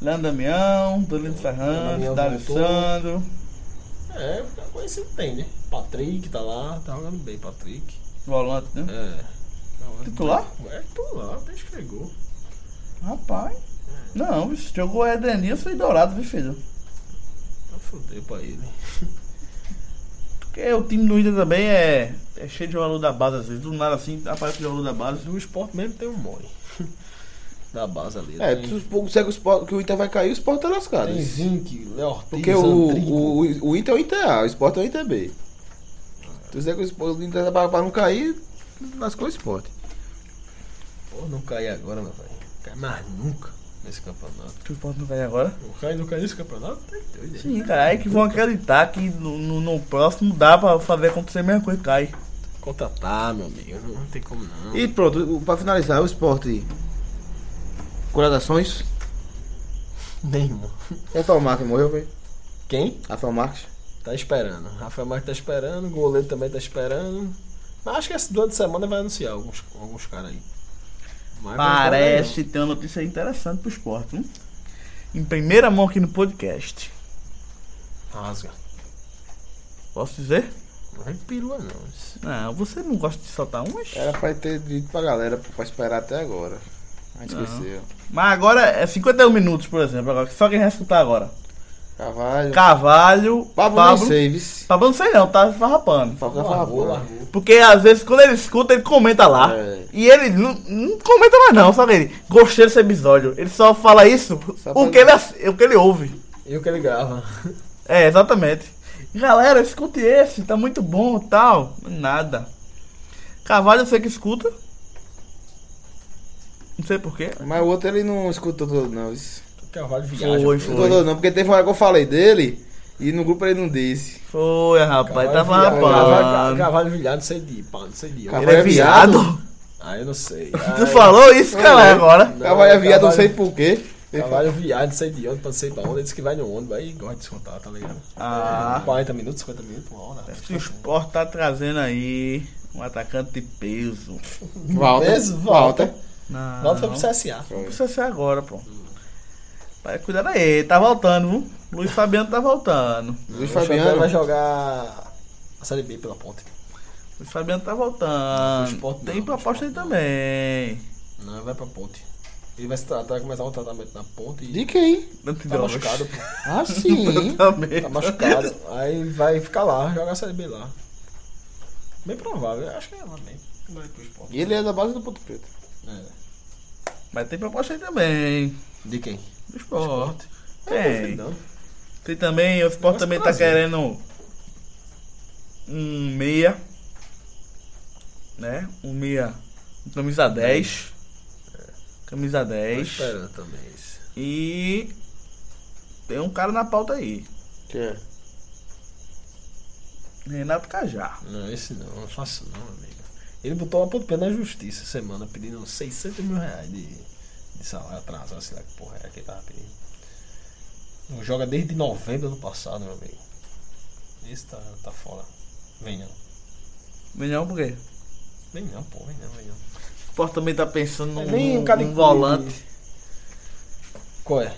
Leandro Damião, Danilo Ferrandes, Damião Dário voltou. Sandro. É, porque conhecido tem, né? Patrick tá lá, tá jogando bem, Patrick. Volante, né? É. Titular? É, tô lá, até esfregou. Rapaz. Não, bicho, jogou Edenilson e Dourado, viu, filho? Eu fudeu Tá pra ele. Porque o time do Inter também é, é cheio de valor da base, às vezes. Do nada assim, aparece o jogador da base. O esporte mesmo tem um mole. da base ali. É, tem, tu consegue o Sport, que o Inter vai cair, o Sport tá lascado. tem Zinc, Léo Ortiz, Porque o, Andrigo. o, o Inter é o Inter A, o Sport é o Inter B. Tu quiser que o Sport- o Inter tá pra, pra não cair, lascou o Sport. Pô, não cair agora, meu velho. Cai mais nunca nesse campeonato. Que o Sport não cai agora. Não cai, não cai nesse campeonato? Tá doido, né? Sim, cara. É que vão acreditar que no, no, no próximo dá pra fazer acontecer a mesma coisa, cai. Contratar, tá, meu amigo. Não, não tem como não. E pronto, o- pra finalizar, o Sport. Colaborações. Nenhum. Rafael Marques morreu, velho. Quem? Rafael Marques. Tá esperando. Rafael Marques tá esperando, o goleiro também tá esperando. Mas acho que esse durante a semana vai anunciar alguns, alguns caras aí. Mas Parece ter uma notícia interessante pro esporte, hein? Em primeira mão aqui no podcast. não. Rasga. Posso dizer? Não é perua, não. Isso- Não, você não gosta de soltar um, umas? Era pra ter dito pra galera pra esperar até agora. Mas esqueceu. Mas agora é 51 minutos, por exemplo. Agora, só quem ressaltar agora. Cavalho. Cavalho, Pablo. Pablo, Pablo. Pablo, Saves. não sei não, tá farrapando. Pablo Largou, Rafa. largou. Porque às vezes quando ele escuta, ele comenta lá. É. E ele não, não comenta mais não, sabe ele? Gostei desse episódio. Ele só fala isso Só pra- o que, ele, ass- o que ele ouve. E o que ele grava? É, exatamente. Galera, escute esse, tá muito bom tal. Nada. Cavalho eu sei que escuta. Não sei porquê. Mas o outro ele não escutou todo, não. Isso. O Carvalho viaja. Foi, pô. Escutou foi. todo, não, porque teve uma hora que eu falei dele e no grupo ele não disse. Foi, rapaz, tava é viado, Carvalho, rapando. Carvalho viado, não sei de pá, não sei de onde. Carvalho- Ele é viado? Ah, eu não sei. Tu Ah, falou isso, cara, agora? Não, Cavalho é viado, não Carvalho- sei porquê. Carvalho viado, não sei de onde, pra não sei pra onde. Ele disse que vai no ônibus, aí gosta de descontar, tá ligado? Ah. 40 minutos, 50 minutos, uma hora. O Sport tá trazendo aí um atacante de peso. Peso, volta. Volta. Não. Volta foi pro CSA. Não precisa ser agora, pô. Vai cuidar daí, tá voltando, viu? Luiz Fabiano tá voltando. Luiz O Fabiano vai Fabiano. jogar a Série B pela ponte. Luiz Fabiano tá O Sport voltando. não, Tem o proposta aí Sport não. também. Não, ele vai pra ponte. Ele vai, se tratar, vai começar um tratamento na ponte e De quem? tá Antidrogas. machucado, pô. Ah, sim. Também. Tá machucado. Aí vai ficar lá, jogar a Série B lá. Bem provável, eu acho que é lá mesmo. Vai pro esporte. E ele é da base do Ponto Preto. É. Mas tem proposta aí também. De quem? Do Sport. Sei Tem. não. Tem também, o Sport Mas também tá prazer. querendo um meia. Né? Um meia. Camisa 10. Camisa Tô 10. esperando também isso. E tem um cara na pauta aí. Que é? Renato Cajá. Não, esse não, não faço não, amigo. Ele botou uma pontapé na justiça semana pedindo 600 mil reais de, de salário atrasado, sei lá que porra é que ele tava pedindo. Não joga desde novembro do ano passado, meu amigo. Esse tá, tá fora. Vem não. Melhor por quê? Vem não, pô, vem não, vem não. O Sport também tá pensando num, É nem um num- cara num de- volante. Qual é?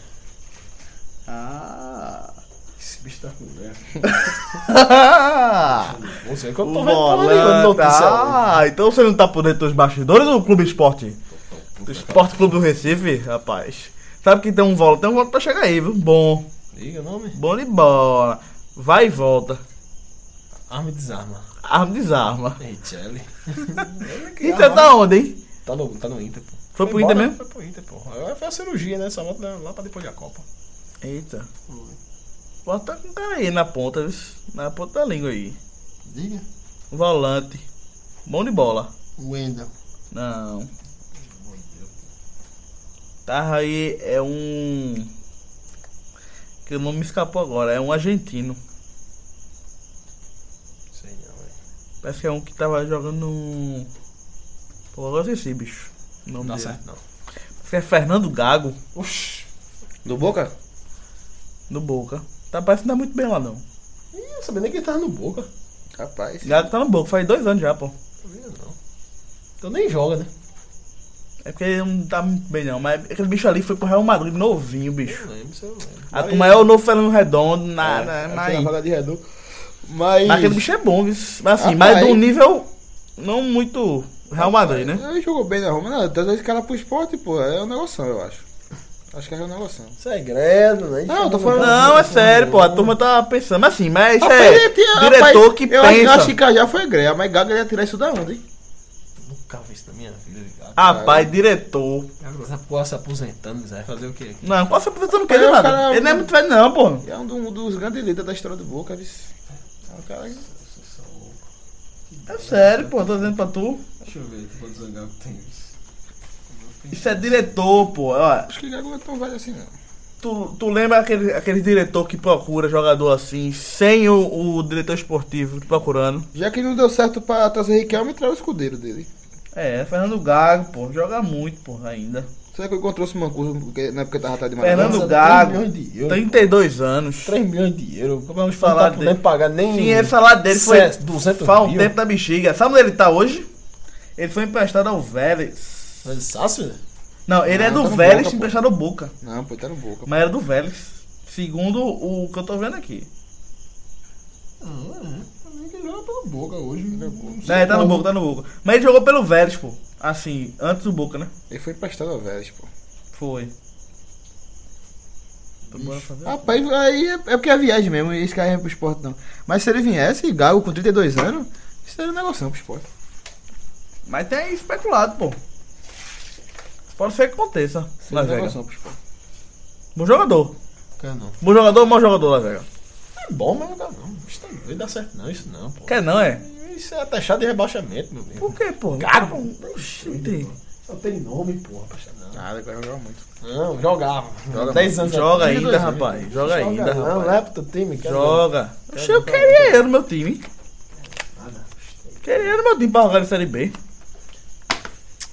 Ah! Esse bicho tá com merda. Ah! Não sei o que eu O tô vendo porra nenhuma de volante. notícia. Ah, então você não tá por dentro dos bastidores do Clube Esporte? Do Esporte Clube do Recife, rapaz. Sabe que tem um volante, tem um volante pra chegar aí, viu? Bom. Liga o nome? Bom de bola. Vai e volta. Arma e desarma. Arma e desarma. Richelli. E você tá onde, hein? Tá no, tá no Inter, pô. Foi pro embora, Inter mesmo? Foi pro Inter, pô. Aí Foi a cirurgia, né? Só volta lá pra depois da Copa. Eita. Bota com um cara aí na ponta, viu? Na ponta da língua aí. Diga. Volante. Bom de bola. Wendel. Não. Tava aí é um. Que o nome me escapou agora, é um argentino. Sei não, velho. Parece que é um que tava jogando no. Pô, agora eu esqueci, bicho. O nome Não dá dele. certo, não. Parece que é Fernando Gago, Oxi. Do Boca? do Boca. Tá parecendo que tá muito bem lá não. Ih, eu não sabia nem quem tava no Boca. Rapaz. Gago tá no Boca, faz dois anos já, pô. Não sabia, não. Então nem joga, né? É porque ele não tá muito bem não, mas aquele bicho ali foi pro Real Madrid novinho, bicho. Não lembro, se eu lembro. A turma é o novo Fernando Redondo, nada, É, Foi na mas. vaga de Redu. Mas. Mas aquele bicho é bom, viu? Mas assim, Rapaz. mas de um nível não muito Real Madrid, né? Ele jogou bem na Roma, não. Às vezes cara pro esporte, pô, é um negoção, eu acho. Acho que é um negoção. Segredo, né? Não, eu tô falando- Não, é sério, pô. A turma tá pensando mas assim, mas isso Rapaz, é ele tinha- diretor rapaz, que eu acho- Eu acho que pensa. Cajá foi greia, mas Gaga ia tirar isso da onda, hein? Nunca vi isso na minha vida, ligado? Rapaz, diretor. Essa porra se aposentando, Zé. Fazer o quê? Não, qual essa professora não Mas quer o nada? cara- um Ele não é muito velho, não, pô. E é um, do- um dos grandes líderes da história do Boca, vice. É um cara que- É sério, pô. Tô dizendo pra tu. Deixa eu ver quantos zangar que tem isso. Isso é diretor, pô. Ó, Acho que Gaga não é tão velho assim, não. tu, tu lembra aquele, aquele diretor que procura jogador assim, sem o, o diretor esportivo te procurando? Já que não deu certo pra trazer Riquelme, traz o escudeiro dele. É, Fernando Gago, pô. Joga muito, pô, ainda. Será que eu encontrou esse Mancuso porque- na época que tava atrás de Fernando Maradona? Nossa, Gago. 3 milhões de euros. 32 anos. 3 milhões de euros. Como vamos Falar falar não tá podendo dele. pagar nem. Sim, esse salário dele foi. 200 Faz um mil. tempo da bexiga. Sabe onde ele tá hoje? Ele foi emprestado ao Vélez. Mas Sácio, né? Não, ele é Não, do tá no Vélez Boca, pô. emprestado ao Boca. Não, pô, tá no Boca. Mas era do Vélez. Segundo o que eu tô vendo aqui. Ele joga pela Boca hoje. né? É, tá no Boca, tá no Boca. Mas ele jogou pelo Vélez, pô. Assim, antes do Boca, né? Ele foi emprestado ao Vélez, pô. Foi. Então bora fazer. Rapaz, aí é, é porque é viagem mesmo, e esse cara é pro esporte não. Mas se ele viesse, Gago com 32 anos, isso era um negoção pro esporte. Mas tem especulado, pô. Pode ser que aconteça. Isso Las era um Vegas. negoção pro esporte. Bom jogador. Quer não. Bom jogador, mau jogador, Las Vegas. É bom, mas não dá não. Isso tá doido, dá certo não, isso não, pô. Quer não, é? Isso é taxado de rebaixamento, meu amigo. Por quê, pô? Gago. Oxi, entendi. Só tem nome, porra, taxado não. Nada, o cara jogava muito. Não, jogava. Joga 10 anos Joga atrás. ainda, rapaz. Joga Joga ainda, não, rapaz. não é pro teu time, quer Joga. Oxe, eu queria eu no meu time. Queria eu no meu time pra jogar em Série B.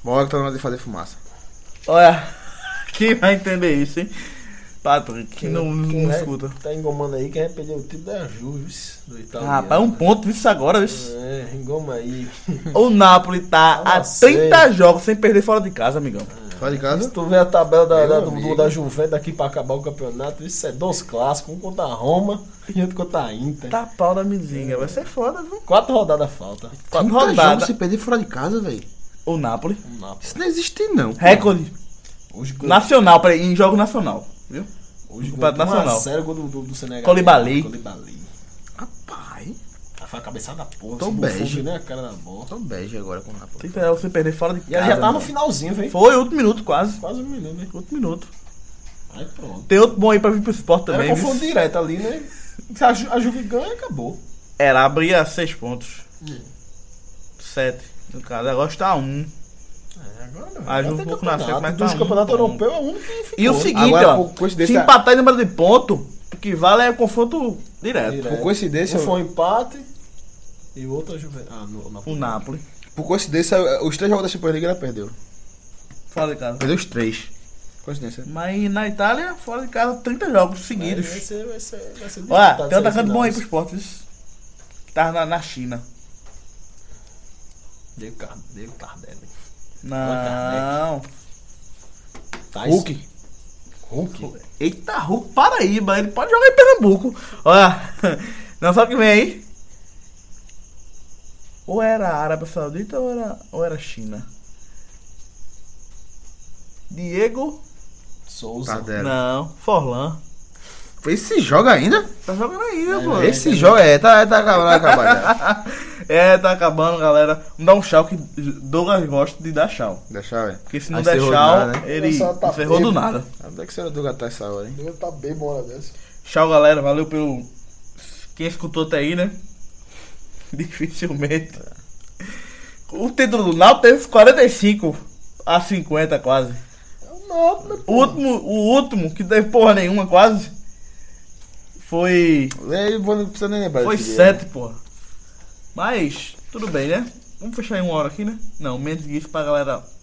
Bora que tá na hora de fazer fumaça. Olha, quem vai entender isso, hein? Patrick, que não, não quem é? escuta. Tá engomando aí, quer perder o título da Juves, do italiano. Rapaz, um ponto isso agora. isso. É, engoma aí. O Napoli tá Ah, a sei. 30 jogos sem perder fora de casa, amigão. Tá Fora de casa? Se tu vê a tabela da, Meu da, do- amigo. da Juventus aqui pra acabar o campeonato, isso é dois clássicos, um contra a Roma e outro contra a Inter. Tá pau da mizinga, vai ser foda, viu? Quatro rodadas falta. Quatro Nunca jogo rodadas. se perder fora de casa, velho. O Napoli. Um Nápoles. Isso não existe, não. pô. Recorde Hoje, gol- nacional, peraí, em jogo nacional, viu? hoje Campeonato gol de um a Nacional. zero, gol do, do, do Senegal. Colibali. Colibali. Rapaz, Ah, Foi a cabeçada da porra. Tô assim, bege. não foi nem a cara da bola. tô bege agora com o Napoli. 30 jogos sem perder fora de E ela casa. já tava no amigão. finalzinho, velho. Foi, outro minuto quase. Quase um milhão, né? Outro minuto. Aí pronto. Tem outro bom aí pra vir pro esporte Era também. confronto viu? direto ali, né? Se A, Ju, a Juve ganha, acabou. Era abrir a 6 pontos. 7. No caso, agora está 1. Um. É, agora não. A Juve Até um pouco na campeonato. frente, mas Dos tá um campeonatos ponto. europeus é o único que ficou. E o seguinte, Agora, ó. por coincidência- Se empatar em número de ponto, o que vale é confronto direto. é Direto. Por coincidência, Um foi um empate e o outro a Juventus. Ah, no, na... O Napoli. por coincidência, os três jogos da Champions League ela perdeu. Fora de casa. Perdeu os três. Coincidência. Mas na Itália, fora de casa, 30 jogos É, Vai seguidos. ser, vai ser, vai ser Olha, disputado tem um essas atacante bom aí finais. pro esporte. viu? Que Tava na, na China. Diego Car- Diego Tardelli. Não. Tyson. Hulk. Tá Hulk. Eita, Hulk Paraíba. Ele pode jogar em Pernambuco. Olha. Não sabe o que vem aí? Ou era Arábia Saudita ou era, ou era China? Diego? Souza. Tardero. Não. Forlan. Esse joga ainda? é, Tá jogando ainda, pô. Esse joga é, tá, tá acabando, acabando. É, tá acabando, galera. Vamos dar um tchau que Douglas gosta de dar tchau. Deixa, velho. Porque se não Aí der você tchau, errou do nada, né? ele Nossa, tá ferrou do feio. nada. Onde é que será do gato essa hora, hein? Devia tá estar bem uma hora né? dessa. Tchau, galera. Valeu pelo. Quem escutou até aí, né? Dificilmente. O título do Náutico teve 45 a 50, quase. É Não, mas O último, o último que teve porra nenhuma, quase. Foi. Aí vou- não precisa nem lembrar. Foi desse 7, porra. Mas, tudo bem, né? Vamos fechar em uma hora aqui, né? Não, menos que isso pra galera